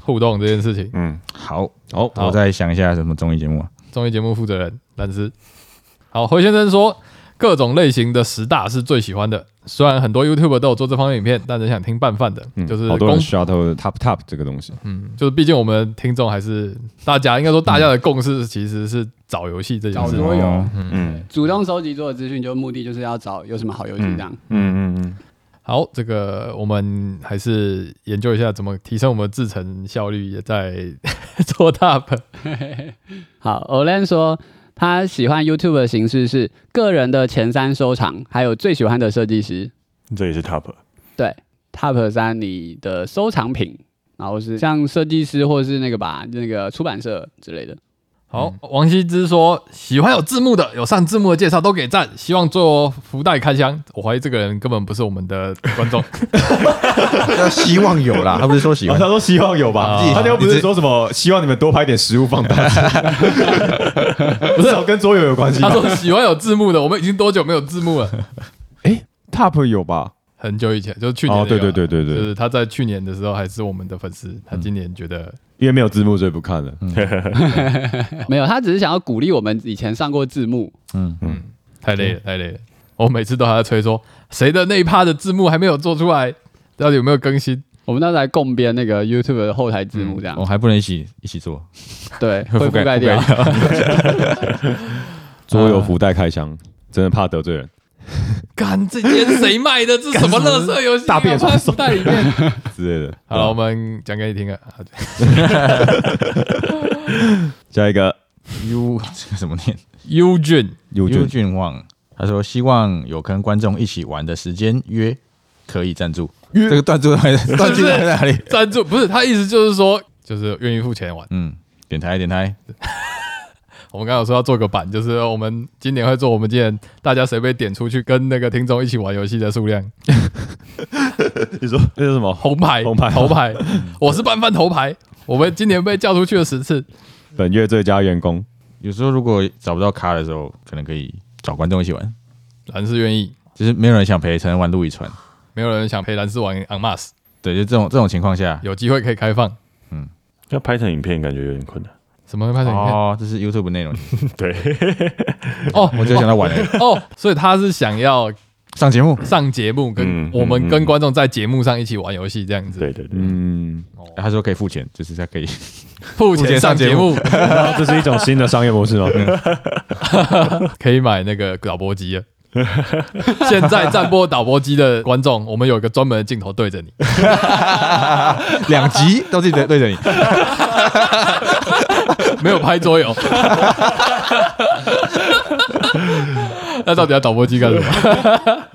[SPEAKER 1] 互动这件事情。
[SPEAKER 2] 嗯，
[SPEAKER 3] 好，
[SPEAKER 5] 哦，
[SPEAKER 1] 好
[SPEAKER 3] 我再想一下什么综艺节目啊？
[SPEAKER 1] 综艺节目负责人蓝斯，好，回先生说各种类型的十大是最喜欢的。虽然很多 YouTube 都有做这方面影片，但仍想听拌饭的，
[SPEAKER 5] 嗯
[SPEAKER 1] 就是
[SPEAKER 5] 好多
[SPEAKER 1] 公
[SPEAKER 5] 人 shuttle top top 这个东西，
[SPEAKER 1] 嗯，就是毕竟我们听众还是大家应该说大家的共识其实是找游戏这件
[SPEAKER 4] 好
[SPEAKER 1] 事
[SPEAKER 4] 找。多游
[SPEAKER 5] 哦
[SPEAKER 2] 嗯
[SPEAKER 4] 主动收集做的资讯，就目的就是要找有什么好游戏这样。
[SPEAKER 2] 嗯嗯嗯，
[SPEAKER 1] 好，这个我们还是研究一下怎么提升我们的制成效率，也在做 top。
[SPEAKER 4] 好，Olen 说他喜欢 YouTube 的形式是个人的前三收藏，还有最喜欢的设计师。
[SPEAKER 2] 这也是 top，
[SPEAKER 4] 对，Top 三你的收藏品，然后是像设计师或是那个吧，那个出版社之类的。
[SPEAKER 1] 好，王羲之说喜欢有字幕的，有上字幕的介绍都给赞，希望做福袋开箱。我怀疑这个人根本不是我们的观众，
[SPEAKER 3] 要希望有啦，他不是说喜
[SPEAKER 5] 哦
[SPEAKER 3] 欢
[SPEAKER 5] 他，说希望有吧
[SPEAKER 1] 啊，
[SPEAKER 5] 他那个不是说什么希望你们多拍点食物放大家吃，不是跟桌游有关 系
[SPEAKER 1] 他
[SPEAKER 5] 吧
[SPEAKER 1] 说喜欢有字幕的，我们已经多久没有字幕了？
[SPEAKER 5] ？Top 有吧？
[SPEAKER 1] 很久以前，就是去年
[SPEAKER 5] 哦
[SPEAKER 1] 的有啊、
[SPEAKER 5] 对对对对对
[SPEAKER 1] 就是他在去年的时候还是我们的粉丝，他今年觉得
[SPEAKER 5] 因为没有字幕，所以不看了。
[SPEAKER 1] 嗯
[SPEAKER 4] 没有，他只是想要鼓励我们以前上过字幕。
[SPEAKER 3] 嗯，
[SPEAKER 1] 太累了，太累了。我每次都还在催说谁的那一趴的字幕还没有做出来，到底有没有更新？
[SPEAKER 4] 我们那时候还共编那个 YouTube 的后台字幕，这样、
[SPEAKER 3] 哦我还不能一起一起做，
[SPEAKER 4] 对
[SPEAKER 3] 会
[SPEAKER 4] 会
[SPEAKER 3] 覆盖
[SPEAKER 4] 覆盖掉。
[SPEAKER 5] 桌游福袋开箱，真的怕得罪人
[SPEAKER 1] 干这间谁卖的？这什么垃圾游戏啊？
[SPEAKER 5] 大便
[SPEAKER 1] 放在福袋里面。
[SPEAKER 5] 之类的。
[SPEAKER 1] 好了，我们讲给你听啊。
[SPEAKER 5] 下一个
[SPEAKER 3] U 这个怎么念
[SPEAKER 1] U Jun，
[SPEAKER 5] 优
[SPEAKER 3] ？U
[SPEAKER 5] 俊，
[SPEAKER 3] 俊旺，他说希望有跟观众一起玩的时间约可以赞助，这个赞助在 赞助在哪里？
[SPEAKER 1] 赞助不是他意思就是说，就是愿意付钱玩。
[SPEAKER 3] 嗯，点台点台，
[SPEAKER 1] 我们刚刚有说要做个版，就是我们今年会做我们今年大家谁被点出去跟那个听众一起玩游戏的数量，
[SPEAKER 5] 你说那是什么？
[SPEAKER 1] 红牌，
[SPEAKER 5] 红牌
[SPEAKER 1] 头牌。我是拌饭头牌，我们今年被叫出去了十次。
[SPEAKER 5] 本月最佳员 工，
[SPEAKER 3] 有时候如果找不到咖的时候，可能可以找观众一起玩，
[SPEAKER 1] 蓝是愿意，
[SPEAKER 3] 就是没有人想陪，才能玩路易船。
[SPEAKER 1] 没有人想陪蓝斯玩 on mass，
[SPEAKER 3] 对，就这种这种情况下，
[SPEAKER 1] 有机会可以开放。
[SPEAKER 2] 要拍成影片感觉有点困难。
[SPEAKER 1] 什么会拍成影片？
[SPEAKER 3] 哦，这是 YouTube 内 容，
[SPEAKER 2] 对，
[SPEAKER 1] 哦，
[SPEAKER 3] 我就想到玩了，
[SPEAKER 1] 哦，所以他是想要
[SPEAKER 3] 上节目，
[SPEAKER 1] 上节目，跟
[SPEAKER 2] 嗯
[SPEAKER 1] 我们
[SPEAKER 2] 嗯
[SPEAKER 1] 跟
[SPEAKER 2] 嗯
[SPEAKER 1] 观众在节目上一起玩游戏这样子，
[SPEAKER 2] 对对对，
[SPEAKER 5] 嗯，
[SPEAKER 3] 他说可以付钱，就是他可以
[SPEAKER 1] 付钱上节目
[SPEAKER 5] 这是一种新的商业模式吗？ 嗯
[SPEAKER 1] 可以买那个导播机了。现在站播导播机的观众，我们有一个专门的镜头对着你，
[SPEAKER 3] 两集都自己对对着你，
[SPEAKER 1] 没有拍桌游。那到底要导播机干什么？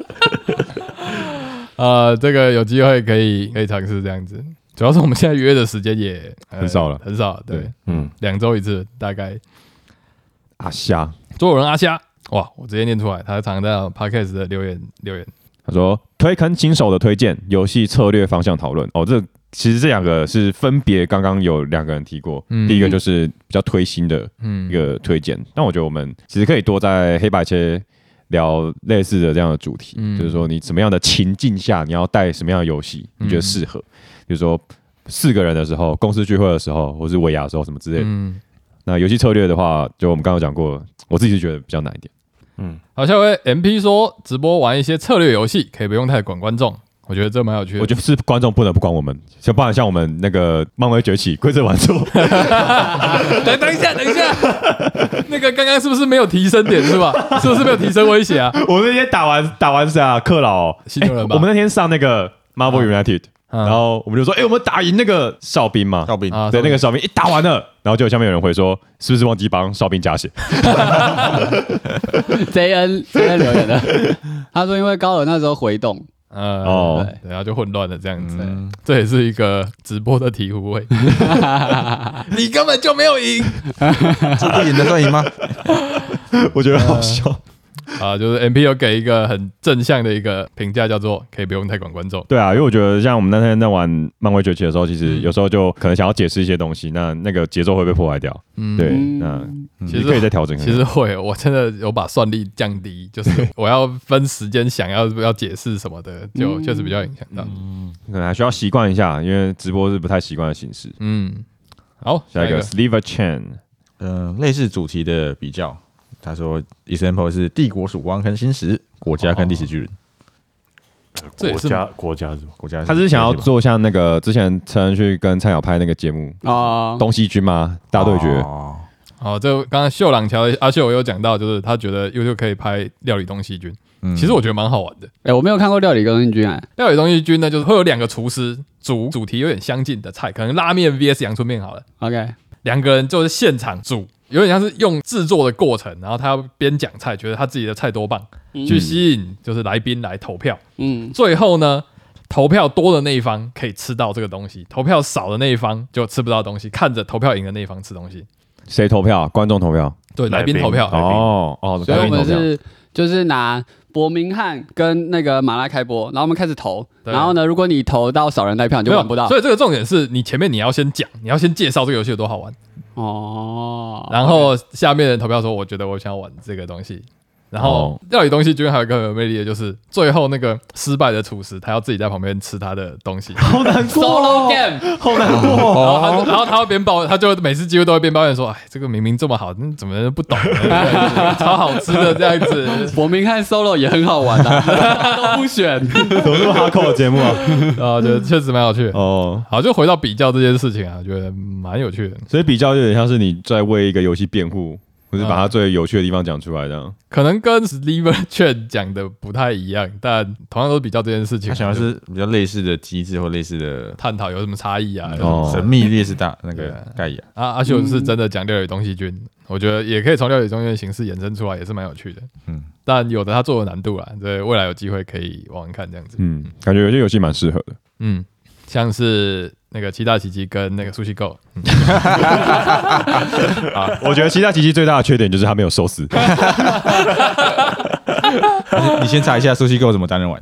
[SPEAKER 1] 呃，这个有机会可以可以尝试这样子。主要是我们现在约的时间也、呃
[SPEAKER 5] 很少了
[SPEAKER 1] 很少。对
[SPEAKER 5] 对，
[SPEAKER 2] 嗯，
[SPEAKER 1] 两周一次大概。
[SPEAKER 5] 啊虾，
[SPEAKER 1] 桌游人阿虾，哇，我直接念出来，他常在 podcast 的留言留言，
[SPEAKER 5] 他说推坑新手的推荐，游戏策略方向讨论。哦，这其实这两个是分别刚刚有两个人提过，
[SPEAKER 1] 嗯
[SPEAKER 5] 第一个就是比较推新的
[SPEAKER 1] 嗯
[SPEAKER 5] 一个推荐。那我觉得我们其实可以多在黑白切聊类似的这样的主题，
[SPEAKER 1] 嗯
[SPEAKER 5] 就是说你什么样的情境下你要带什么样的游戏，你觉得适
[SPEAKER 1] 嗯
[SPEAKER 5] 合？比如说四个人的时候，公司聚会的时候，或是尾牙的时候什么之类的。
[SPEAKER 1] 嗯，
[SPEAKER 5] 那游戏策略的话，就我们刚刚有讲过，我自己是觉得比较难一点。
[SPEAKER 1] 好，下一位 MP 说直播玩一些策略游戏，可以不用太管观众，我觉得这蛮有趣的。
[SPEAKER 5] 我觉得是观众不能不管我们，像不然像我们那个漫威崛起规则玩 错，
[SPEAKER 1] 等等一下，等一下，那个刚刚是不是没有提升点是吧？是不是没有提升威胁啊？
[SPEAKER 5] 我们那天打完打完谁啊？克劳
[SPEAKER 1] 犀牛人吧
[SPEAKER 5] 我们那天上那个 Marvel United，、
[SPEAKER 1] 嗯
[SPEAKER 5] 然后我们就说，哎、我们打赢那个哨兵嘛，
[SPEAKER 3] 赵斌，
[SPEAKER 1] 啊
[SPEAKER 5] 对，那个哨兵一欸打完了，然后就下面有人回说，是不是忘记帮哨兵加血？
[SPEAKER 4] JN JN 留言的，他说因为高尔那时候回动，
[SPEAKER 1] 呃
[SPEAKER 5] 哦
[SPEAKER 1] 对然后就混乱了这样子，这也是一个直播的醍醐味。 你根本就没有赢
[SPEAKER 3] 这不赢的算赢吗？
[SPEAKER 5] 哦 我觉得好笑。
[SPEAKER 1] 啊！就是 MP 有给一个很正向的一个评价，叫做可以不用太管观众。
[SPEAKER 5] 对啊，因为我觉得像我们那天在玩漫威崛起的时候，其
[SPEAKER 1] 嗯
[SPEAKER 5] 实有时候就可能想要解释一些东西，那那个节奏会被破坏掉。
[SPEAKER 1] 嗯
[SPEAKER 5] 对，
[SPEAKER 4] 嗯
[SPEAKER 5] 那
[SPEAKER 1] 其
[SPEAKER 5] 你
[SPEAKER 1] 实
[SPEAKER 5] 可以再调整看
[SPEAKER 1] 其
[SPEAKER 5] 看。
[SPEAKER 1] 实会，我真的有把算力降低， 就是我要分时间想要要解释什么的，就
[SPEAKER 4] 嗯
[SPEAKER 1] 确实比较影响到。
[SPEAKER 5] 可能还需要习惯一下，因为直播是不太习惯的形式。
[SPEAKER 1] 嗯，好，
[SPEAKER 5] 下
[SPEAKER 1] 下
[SPEAKER 5] 一
[SPEAKER 1] 一
[SPEAKER 5] 个
[SPEAKER 1] 个
[SPEAKER 3] 呃
[SPEAKER 5] Sliver Chen，
[SPEAKER 3] 嗯，类似主题的比较，他说 example 是帝国曙光跟新石，国家跟历史巨人，
[SPEAKER 1] 这也
[SPEAKER 2] 国
[SPEAKER 1] 是
[SPEAKER 2] 家国家是吗？
[SPEAKER 3] 国家
[SPEAKER 5] 他只是想要
[SPEAKER 3] 国家
[SPEAKER 5] 做像那个之前陈恩去跟蔡小拍那个节目
[SPEAKER 4] 啊
[SPEAKER 5] 《东西军》嘛，大对决。
[SPEAKER 3] 哦
[SPEAKER 1] 哦，这刚刚秀朗桥的阿秀有讲到，就是他觉得 YouTube 可以拍料理东西君，
[SPEAKER 3] 嗯
[SPEAKER 1] 其实我觉得蛮好玩的。
[SPEAKER 4] 哎、我没有看过《料理跟君》哎，
[SPEAKER 1] 料理东西君呢，就是会有两个厨师煮主题有点相近的菜，可能拉面 VS 阳春面好了，
[SPEAKER 4] OK，
[SPEAKER 1] 两个人就是现场煮，有点像是用制作的过程，然后他要边讲菜，觉得他自己的菜多棒，去吸引就是来宾来投票。
[SPEAKER 4] 嗯，
[SPEAKER 1] 最后呢，投票多的那一方可以吃到这个东西，投票少的那一方就吃不到东西，看着投票赢的那一方吃东西。
[SPEAKER 5] 谁投票？观众投票。
[SPEAKER 1] 对，来宾
[SPEAKER 2] 来宾
[SPEAKER 1] 投票
[SPEAKER 2] 好，
[SPEAKER 5] 哦哦，
[SPEAKER 4] 所以
[SPEAKER 5] 观
[SPEAKER 4] 我
[SPEAKER 5] 众投
[SPEAKER 4] 们
[SPEAKER 5] 票。
[SPEAKER 4] 是就是拿伯明翰跟那个马拉开播，然后我们开始投，
[SPEAKER 1] 对
[SPEAKER 4] 然后呢，如果你投到少人带票，你就
[SPEAKER 1] 没有
[SPEAKER 4] 玩不到
[SPEAKER 1] 所以这个重点是你前面你要先讲，你要先介绍这个游戏有多好玩，
[SPEAKER 4] 哦。
[SPEAKER 1] 然后下面的人投票说，我觉得我想玩这个东西。然后
[SPEAKER 5] 哦
[SPEAKER 1] 料理东西君还有一个很有魅力的，就是最后那个失败的厨师，他要自己在旁边吃他的东西，好难过、Solo game，好难过、然后他就，然后他会边抱，他就每次几乎都会边抱怨说：“哎，这个明明这么好，嗯怎么人不懂呢？对超好吃的这样子。
[SPEAKER 4] 伯明翰 solo 也很好玩的、啊，都不 选。
[SPEAKER 5] 怎么这么哈扣的节 目啊？”
[SPEAKER 1] 啊，就确实蛮有趣的。
[SPEAKER 5] 哦，
[SPEAKER 1] 好，就回到比较这件事情啊，觉得蛮有趣的。
[SPEAKER 5] 所以比较有点像是你在为一个游戏辩护，或是把它最有趣的地方讲出来这样。
[SPEAKER 1] 可能跟 Steven Chen 讲的不太一样，但同样都是比较这件事情啊，
[SPEAKER 3] 他想要
[SPEAKER 1] 就是
[SPEAKER 3] 比较类似的机制或类似的
[SPEAKER 1] 探讨有什么差异啊。
[SPEAKER 5] 哦
[SPEAKER 3] 神秘烈士大那
[SPEAKER 1] 对
[SPEAKER 3] 个
[SPEAKER 1] 啊
[SPEAKER 3] 盖亚，
[SPEAKER 1] 啊，阿秀是真的讲料理东西君，我觉得也可以从料理中间的形式衍生出来，也是蛮有趣的。嗯
[SPEAKER 3] 嗯，
[SPEAKER 1] 但有的他做的难度啦，所以未来有机会可以玩玩看这样子。
[SPEAKER 5] 嗯，感觉有些游戏蛮适合的。
[SPEAKER 1] 嗯，像是那个七大奇迹跟那个苏西购，
[SPEAKER 5] 我觉得《七大奇迹》最大的缺点就是它没有收死。
[SPEAKER 3] 你先查一下苏西购怎么担 任完，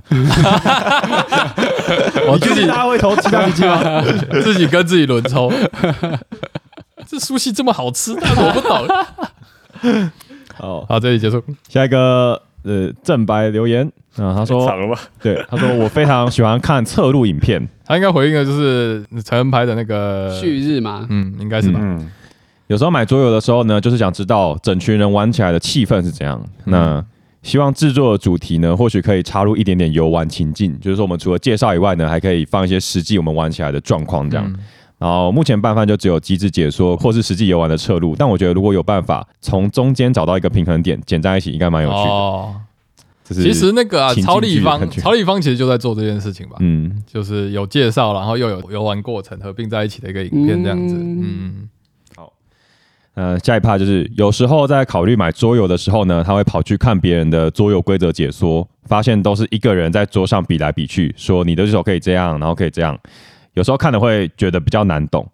[SPEAKER 1] 我自己
[SPEAKER 5] 大家会投 《七大奇迹》吗？
[SPEAKER 1] 自己跟自己轮抽。 这苏西这么好吃，但我不懂。
[SPEAKER 5] 哦，
[SPEAKER 1] 好，这里结束。
[SPEAKER 5] 下一个呃正白留言啊，他 说
[SPEAKER 2] 长了吧？
[SPEAKER 5] 对，他说我非常喜欢看侧录影片，
[SPEAKER 1] 他应该回应的就是陈恩拍的那个
[SPEAKER 4] 旭日嘛，
[SPEAKER 1] 嗯，应该是吧？
[SPEAKER 2] 嗯，
[SPEAKER 5] 有时候买桌游的时候呢，就是想知道整群人玩起来的气氛是怎样。
[SPEAKER 1] 嗯
[SPEAKER 5] 那希望制作的主题呢，或许可以插入一点点游玩情境，就是说我们除了介绍以外呢，还可以放一些实际我们玩起来的状况
[SPEAKER 1] 嗯
[SPEAKER 5] 这样。然后目前办饭就只有机制解说或是实际游玩的侧录，但我觉得如果有办法从中间找到一个平衡点，剪在一起应该蛮有趣的。
[SPEAKER 1] 哦，
[SPEAKER 5] 这是
[SPEAKER 1] 其实那个啊，
[SPEAKER 5] 情境
[SPEAKER 1] 曹立
[SPEAKER 5] 剧的
[SPEAKER 1] 方，
[SPEAKER 5] 感觉
[SPEAKER 1] 曹立方其实就在做这件事情吧，
[SPEAKER 5] 嗯，
[SPEAKER 1] 就是有介绍，然后又有游玩过程合并在一起的一个影片这样子。嗯
[SPEAKER 4] 嗯，
[SPEAKER 5] 呃，下一趴就是有时候在考虑买桌游的时候呢，他会跑去看别人的桌游规则解说，发现都是一个人在桌上比来比去，说你的对手可以这样，然后可以这样。有时候看的会觉得比较难懂，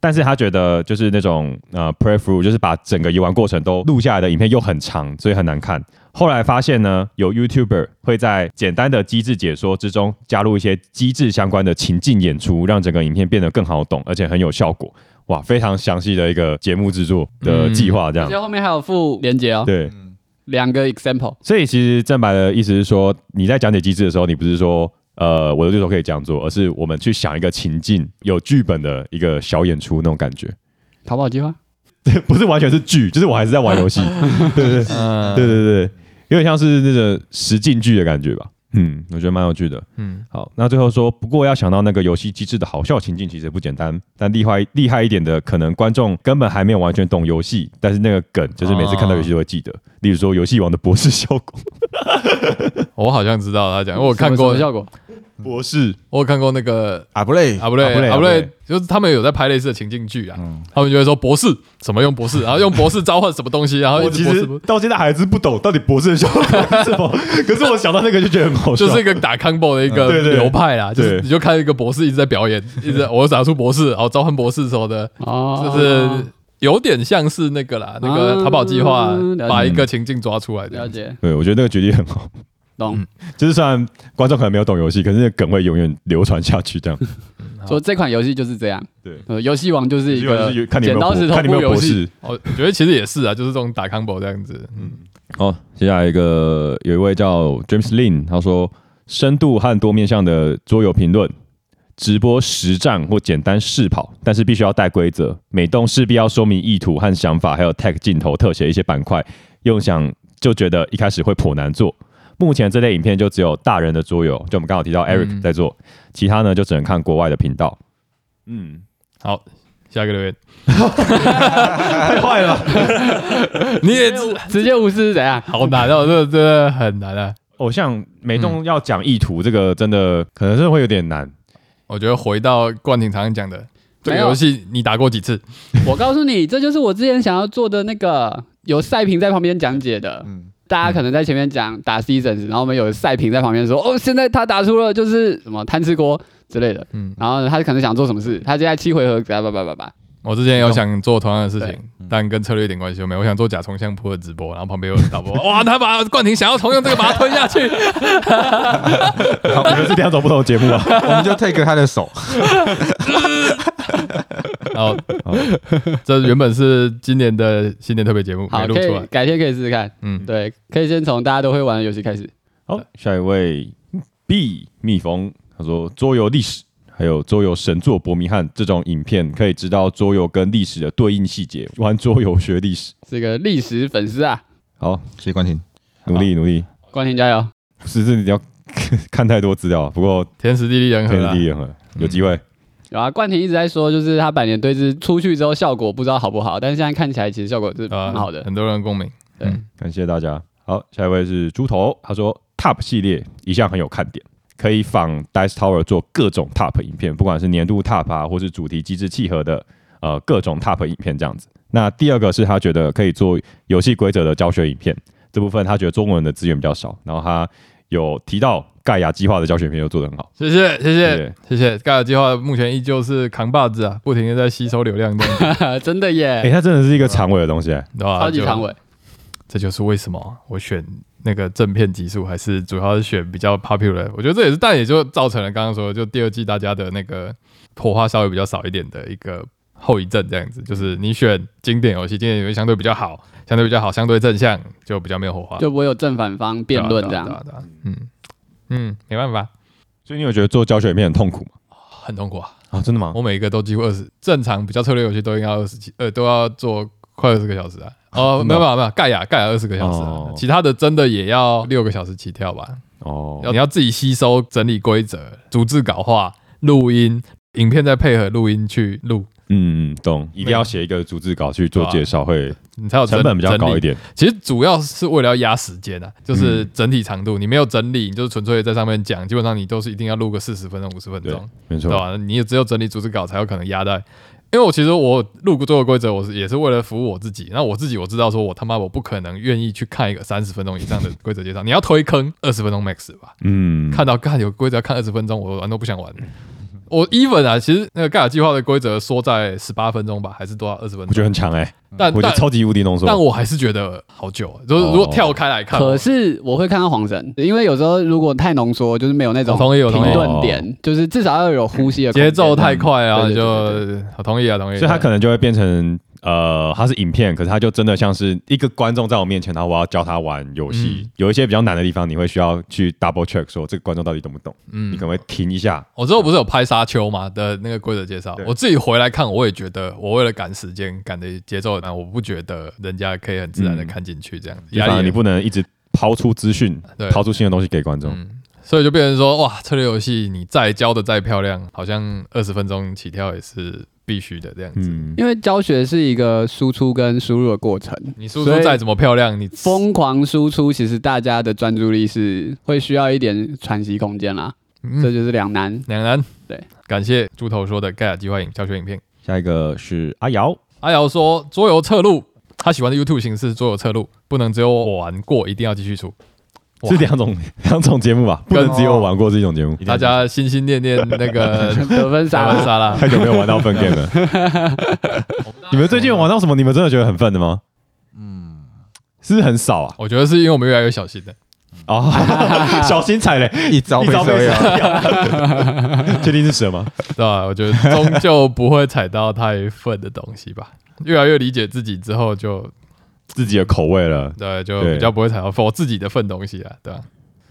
[SPEAKER 5] 但是他觉得就是那种呃 p r e f r u 就是把整个游玩过程都录下来的影片又很长，所以很难看。后来发现呢，有 YouTuber 会在简单的机制解说之中加入一些机制相关的情境演出，让整个影片变得更好懂，而且很有效果。哇，非常详细的一个节目制作的计划，这
[SPEAKER 4] 而
[SPEAKER 5] 样、
[SPEAKER 4] 且后面还有附连接哦，
[SPEAKER 5] 嗯对。
[SPEAKER 4] 两个 example。
[SPEAKER 5] 所以其实正白的意思是说，你在讲解机制的时候，你不是说呃我的对手可以这样做，而是我们去想一个情境，有剧本的一个小演出那种感觉，
[SPEAKER 4] 淘宝计划，
[SPEAKER 5] 不是完全是剧，就是我还是在玩游戏。
[SPEAKER 1] 嗯
[SPEAKER 5] 对对对，有点像是那个实境剧的感觉吧。嗯，我觉得蛮有趣的。
[SPEAKER 1] 嗯，
[SPEAKER 5] 好，那最后说，不过要想到那个游戏机制的好笑情境，其实不简单。但厉害厉害一点的，可能观众根本还没有完全懂游戏，但是那个梗就是每次看到游戏都会记得。例如说，游戏王的博士效果，
[SPEAKER 1] 我好像知道他
[SPEAKER 5] 哦
[SPEAKER 1] 讲，我有看
[SPEAKER 4] 什么
[SPEAKER 1] 过
[SPEAKER 4] 什么，效果，
[SPEAKER 5] 博士
[SPEAKER 1] 我有看过那 个
[SPEAKER 3] 阿布雷
[SPEAKER 1] 阿布雷
[SPEAKER 5] 阿布
[SPEAKER 1] 阿
[SPEAKER 5] 雷
[SPEAKER 1] 布
[SPEAKER 5] 阿布
[SPEAKER 1] 雷
[SPEAKER 5] 雷，嗯
[SPEAKER 1] 就是他们有在拍类似的情境剧啊，他们就会说博士什么用博士，然后用博士召唤什么东西，然后一
[SPEAKER 5] 我
[SPEAKER 1] 直
[SPEAKER 5] 哎其
[SPEAKER 1] 博士
[SPEAKER 5] 实
[SPEAKER 1] 博士
[SPEAKER 5] 到现在还是不懂到底博士的效果是什么，可是我想到那个就觉得很好笑。
[SPEAKER 1] 就是一个打 combo 的一个
[SPEAKER 5] 嗯 对对
[SPEAKER 1] 流派啦，就是
[SPEAKER 5] 对
[SPEAKER 1] 你就看一个博士一直在表演，一直我打出博士，然后召唤博士什么的，
[SPEAKER 4] 哦，
[SPEAKER 1] 就是有点像是那个啦，那个淘宝计划
[SPEAKER 4] 嗯了解
[SPEAKER 1] 把一个情境抓出来
[SPEAKER 4] 了
[SPEAKER 1] 的。
[SPEAKER 4] 解，
[SPEAKER 5] 对，嗯我觉得那个举例很好，
[SPEAKER 4] 懂。
[SPEAKER 5] 就是虽然观众可能没有懂游戏，可是那个梗会永远流传下去这样。
[SPEAKER 4] 说这款游戏就是这样，
[SPEAKER 5] 对
[SPEAKER 4] 呃，游戏王就是一个
[SPEAKER 5] 就是看你有
[SPEAKER 4] 剪
[SPEAKER 5] 没有
[SPEAKER 4] 刀石
[SPEAKER 5] 博，
[SPEAKER 4] 头
[SPEAKER 5] 看你有
[SPEAKER 4] 布
[SPEAKER 5] 没
[SPEAKER 4] 游
[SPEAKER 5] 有博
[SPEAKER 4] 戏，
[SPEAKER 5] 士。
[SPEAKER 1] 哦我觉得其实也是啊，就是这种打 combo 这样子。嗯，
[SPEAKER 5] 哦，接下来一个有一位叫 James Lin，他说深度和多面向的桌游评论。直播实战或简单试跑，但是必须要带规则，每动势必要说明意图和想法，还有 tag 镜头特写一些板块。用想就觉得一开始会颇难做。目前这类影片就只有大人的桌游，就我们刚好提到 Eric
[SPEAKER 1] 嗯
[SPEAKER 5] 在做，其他呢就只能看国外的频道。嗯，
[SPEAKER 1] 好，下一个留言，太坏 了，你也知
[SPEAKER 4] 直接无视是怎样？
[SPEAKER 1] 好难哦，这个真的很难啊。
[SPEAKER 5] 偶像每动要讲意图，这个真的可能是会有点难。
[SPEAKER 1] 我觉得回到冠廷常常讲的，这个
[SPEAKER 4] 没有
[SPEAKER 1] 游戏你打过几次？
[SPEAKER 4] 我告诉你，这就是我之前想要做的那个有赛评在旁边讲解的。
[SPEAKER 3] 嗯
[SPEAKER 4] 大家可能在前面讲打 seasons，然后我们有赛评在旁边说，哦，现在他打出了就是什么贪吃锅之类的，
[SPEAKER 1] 嗯，
[SPEAKER 4] 然后呢他可能想做什么事，他现在七回合，叭叭叭叭叭，
[SPEAKER 1] 我之前有想做同样的事
[SPEAKER 4] 对
[SPEAKER 1] 情，但跟策略一点关系都没有。我想做甲虫相扑的直播，然后旁边有人导播，哇，他把冠廷想要重用这个把它吞下去，
[SPEAKER 5] 你们是两种不同的节目啊。
[SPEAKER 3] 我们就 take 他的手，
[SPEAKER 1] 然后哦这原本是今年的新年特别节目没
[SPEAKER 4] 好，
[SPEAKER 1] 录
[SPEAKER 4] 可
[SPEAKER 1] 出来
[SPEAKER 4] 以，改天可以试试看，
[SPEAKER 1] 嗯，
[SPEAKER 4] 对，可以先从大家都会玩的游戏开始。
[SPEAKER 5] 好，下一位 B 蜜蜂，他说桌游历史。还有桌游神作《伯明翰》这种影片，可以知道桌游跟历史的对应细节。玩桌游学历史，
[SPEAKER 4] 这个历史粉丝啊，
[SPEAKER 5] 好，
[SPEAKER 3] 谢谢关婷。
[SPEAKER 5] 努力努力。
[SPEAKER 4] 关田加油！
[SPEAKER 5] 十字你要 看太多资料啊，不过
[SPEAKER 1] 天时地利人和
[SPEAKER 5] 天时
[SPEAKER 1] 啦
[SPEAKER 5] 地利人和，有机会。
[SPEAKER 4] 有啊，冠廷一直在说，就是他百年对峙出去之后效果不知道好不好，但是现在看起来其实效果是
[SPEAKER 1] 啊
[SPEAKER 4] 蛮好的。
[SPEAKER 1] 很多人共鸣。
[SPEAKER 5] 感谢大家。好，下一位是猪头，他说 Top 系列一向很有看点，可以仿 Dice Tower 做各种 Top 影片，不管是年度 Top 啊，或是主题机制契合的呃各种 Top 影片这样子。那第二个是他觉得可以做游戏规则的教学影片，这部分他觉得中文的资源比较少，然后他有提到盖亚计划的教学影片又做得很好，
[SPEAKER 1] 谢谢谢
[SPEAKER 5] 对
[SPEAKER 1] 谢谢谢，盖尔计划目前依旧是扛把子啊，不停的在吸收流量， 这样子
[SPEAKER 4] 真的
[SPEAKER 5] 哎、
[SPEAKER 4] 耶，
[SPEAKER 5] 他真的是一个长尾的东西、欸，
[SPEAKER 1] 对吧？
[SPEAKER 4] 超级
[SPEAKER 1] 啊就
[SPEAKER 4] 长尾，
[SPEAKER 1] 这就是为什么我选那个正片集数，还是主要是选比较 popular。我觉得这也是，但也就造成了刚刚说的，就第二季大家的那个火花稍微比较少一点的一个后遗症，这样子，就是你选经典游戏，经典游戏相对比较好，相对比较好，相对正向，就比较没有火花，
[SPEAKER 4] 就不会有正反方辩论这
[SPEAKER 1] 啊对啊
[SPEAKER 4] 样。
[SPEAKER 1] 对啊对啊对啊嗯嗯，没办法，
[SPEAKER 5] 所以你有觉得做教学影片很痛苦吗？
[SPEAKER 1] 很痛苦啊。
[SPEAKER 5] 啊，真的吗？
[SPEAKER 1] 我每一个都几乎二十，正常比较策略游戏都应该二十几，呃，都要做快二十个小时啊。 哦，
[SPEAKER 5] 真
[SPEAKER 1] 没
[SPEAKER 5] 的
[SPEAKER 1] 有
[SPEAKER 5] 哦
[SPEAKER 1] 没有没有，盖亚盖亚二十个小时、啊
[SPEAKER 5] 哦
[SPEAKER 1] 其他的真的也要六个小时起跳吧。
[SPEAKER 5] 哦，
[SPEAKER 1] 要你要自己吸收、整理规则、逐字稿化、录音，影片再配合录音去录，
[SPEAKER 5] 嗯，懂，啊一定要写一个逐字稿去做介绍，会
[SPEAKER 1] 你才有哦整
[SPEAKER 5] 成本比较高一。
[SPEAKER 1] 整理
[SPEAKER 5] 点。
[SPEAKER 1] 其实主要是为了要压时间啊，就是整体长度，你没有整理，你就是纯粹在上面讲，基本上你都是一定要录个四十分钟、五十分钟，
[SPEAKER 5] 没
[SPEAKER 1] 对啊
[SPEAKER 5] 错，
[SPEAKER 1] 吧？你也只有整理逐字稿才有可能压在。因为我其实我录过这个规则，我是也是为了服务我自己。那我自己我知道，说我他妈我不可能愿意去看一个三十分钟以上的规则介绍。你要推 坑二十分钟 max 吧，
[SPEAKER 5] 嗯，
[SPEAKER 1] 看到看有规则要看二十分钟，我玩都不想玩。我 even 啊，其实那个盖尔计划的规则缩在十八分钟吧，还是多少二十分
[SPEAKER 5] 我觉
[SPEAKER 1] 钟？
[SPEAKER 5] 得很强哎，
[SPEAKER 1] 但
[SPEAKER 5] 我觉
[SPEAKER 1] 但
[SPEAKER 5] 得超级无敌浓缩。
[SPEAKER 1] 但我还是觉得好久啊，就是如果
[SPEAKER 5] 哦
[SPEAKER 1] 跳开来看，
[SPEAKER 4] 可是我会看到黄神，因为有时候如果太浓缩，就是没有那种
[SPEAKER 1] 我同意我同
[SPEAKER 5] 意
[SPEAKER 4] 停顿点，就是至少要有呼吸的空
[SPEAKER 1] 节
[SPEAKER 4] 间
[SPEAKER 1] 奏太。快啊，
[SPEAKER 4] 对
[SPEAKER 1] 就
[SPEAKER 4] 对对
[SPEAKER 1] 我同意啊，同意。
[SPEAKER 5] 所以它可能就会变成呃，它是影片，可是它就真的像是一个观众在我面前，然后我要教他玩游戏
[SPEAKER 1] 嗯，
[SPEAKER 5] 有一些比较难的地方，你会需要去 double check 说这个观众到底懂不懂，你
[SPEAKER 1] 嗯
[SPEAKER 5] 可，能会停一下。
[SPEAKER 1] 我之后不是有拍沙丘嘛的那个规则介绍
[SPEAKER 5] 对，
[SPEAKER 1] 我自己回来看，我也觉得我为了赶时间赶的节奏，那我不觉得人家可以很自然的
[SPEAKER 5] 嗯
[SPEAKER 1] 看进去这样，
[SPEAKER 5] 就
[SPEAKER 1] 压
[SPEAKER 5] 反而
[SPEAKER 1] 力
[SPEAKER 5] 你
[SPEAKER 1] 也
[SPEAKER 5] 不能一直抛出资讯
[SPEAKER 1] 对，
[SPEAKER 5] 抛出新的东西给观众。
[SPEAKER 1] 嗯，所以就变成说，哇，策略游戏你再教的再漂亮，好像二十分钟起跳也是必须的这样子。
[SPEAKER 5] 嗯，
[SPEAKER 4] 因为教学是一个输出跟输入的过程，
[SPEAKER 1] 你输
[SPEAKER 4] 所
[SPEAKER 1] 出
[SPEAKER 4] 以
[SPEAKER 1] 再怎么漂亮，你
[SPEAKER 4] 疯狂输出，其实大家的专注力是会需要一点喘息空间啦，这
[SPEAKER 1] 嗯
[SPEAKER 4] 就是两 难。
[SPEAKER 1] 两难。
[SPEAKER 4] 对，
[SPEAKER 1] 感谢猪头说的盖亚计划影教学影片。
[SPEAKER 5] 下一个是阿瑶，
[SPEAKER 1] 阿瑶说桌游侧录，他喜欢的 YouTube 形式是桌游侧录，不能只有我玩过，一定要继续出。哇哦
[SPEAKER 5] 是两种两种节目吧，不能只有我玩过这种节目。
[SPEAKER 1] 大家心心念念那个
[SPEAKER 4] 得分
[SPEAKER 1] 沙拉
[SPEAKER 4] 傻了，
[SPEAKER 1] 沙拉，
[SPEAKER 5] 太久没有玩到分 game 了。你们最近有玩到什么？你们真的觉得很愤的吗？嗯是不是很少 啊？
[SPEAKER 1] 我觉得是因为我们越来越小心了。
[SPEAKER 5] 哦， 小心踩雷，
[SPEAKER 3] 一招
[SPEAKER 5] 一
[SPEAKER 3] 被
[SPEAKER 5] 招被
[SPEAKER 3] 蛇咬，
[SPEAKER 5] 杀掉。啊 确定是蛇吗？
[SPEAKER 1] 对吧？我觉得终究不会踩到太粪的东西吧。越来越理解自己之后就，呃
[SPEAKER 5] 自己的口味了。
[SPEAKER 1] 对，就
[SPEAKER 5] 对
[SPEAKER 1] 比较不会踩到粪我自己的粪东西啊，对吧？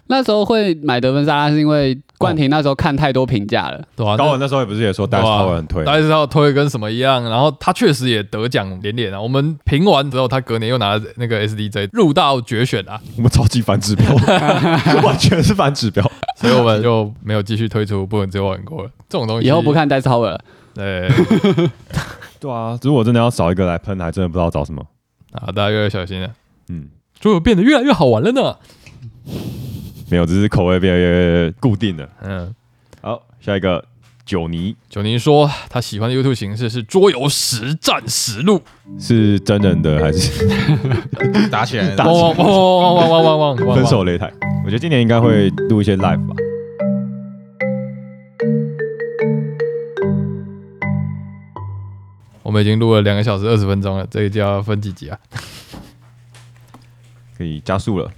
[SPEAKER 4] 那时候会买得分沙拉是因为冠廷那时候看太多评价了，
[SPEAKER 1] 对吧、啊？
[SPEAKER 5] 高文那时候也不是也说戴斯高文很推，
[SPEAKER 1] 大家知道推的跟什么一样，然后他确实也得奖连连啊。我们评完之后，他隔年又拿那个 SDJ 入到决选啊，
[SPEAKER 5] 我们超级反指 标，完全是反指标。
[SPEAKER 1] 所以我 们就没有继续推出不能只有玩过了这种东西。
[SPEAKER 4] 以后不看戴斯 Tower 了。
[SPEAKER 1] 对
[SPEAKER 5] 对啊，如果真的要找一个来喷，还真的不知道找什么。
[SPEAKER 1] 啊，大家越来越小心了，
[SPEAKER 5] 嗯，
[SPEAKER 1] 桌游变得越来越好玩了呢。
[SPEAKER 5] 没有，只是口味变得越来越固定了。
[SPEAKER 1] 嗯，
[SPEAKER 5] 好，下一个九尼
[SPEAKER 1] 九宁说他喜欢的 YouTube 形式是桌游实战实录，
[SPEAKER 5] 是真人的还是
[SPEAKER 3] 打起来了，
[SPEAKER 1] 汪汪汪汪汪汪汪汪汪汪，
[SPEAKER 5] 分手擂台？我觉得今年应该会录一些 live 吧。
[SPEAKER 1] 我们已经录了两个小时二十分钟了，这个就要分几集啊？
[SPEAKER 5] 可以加速了。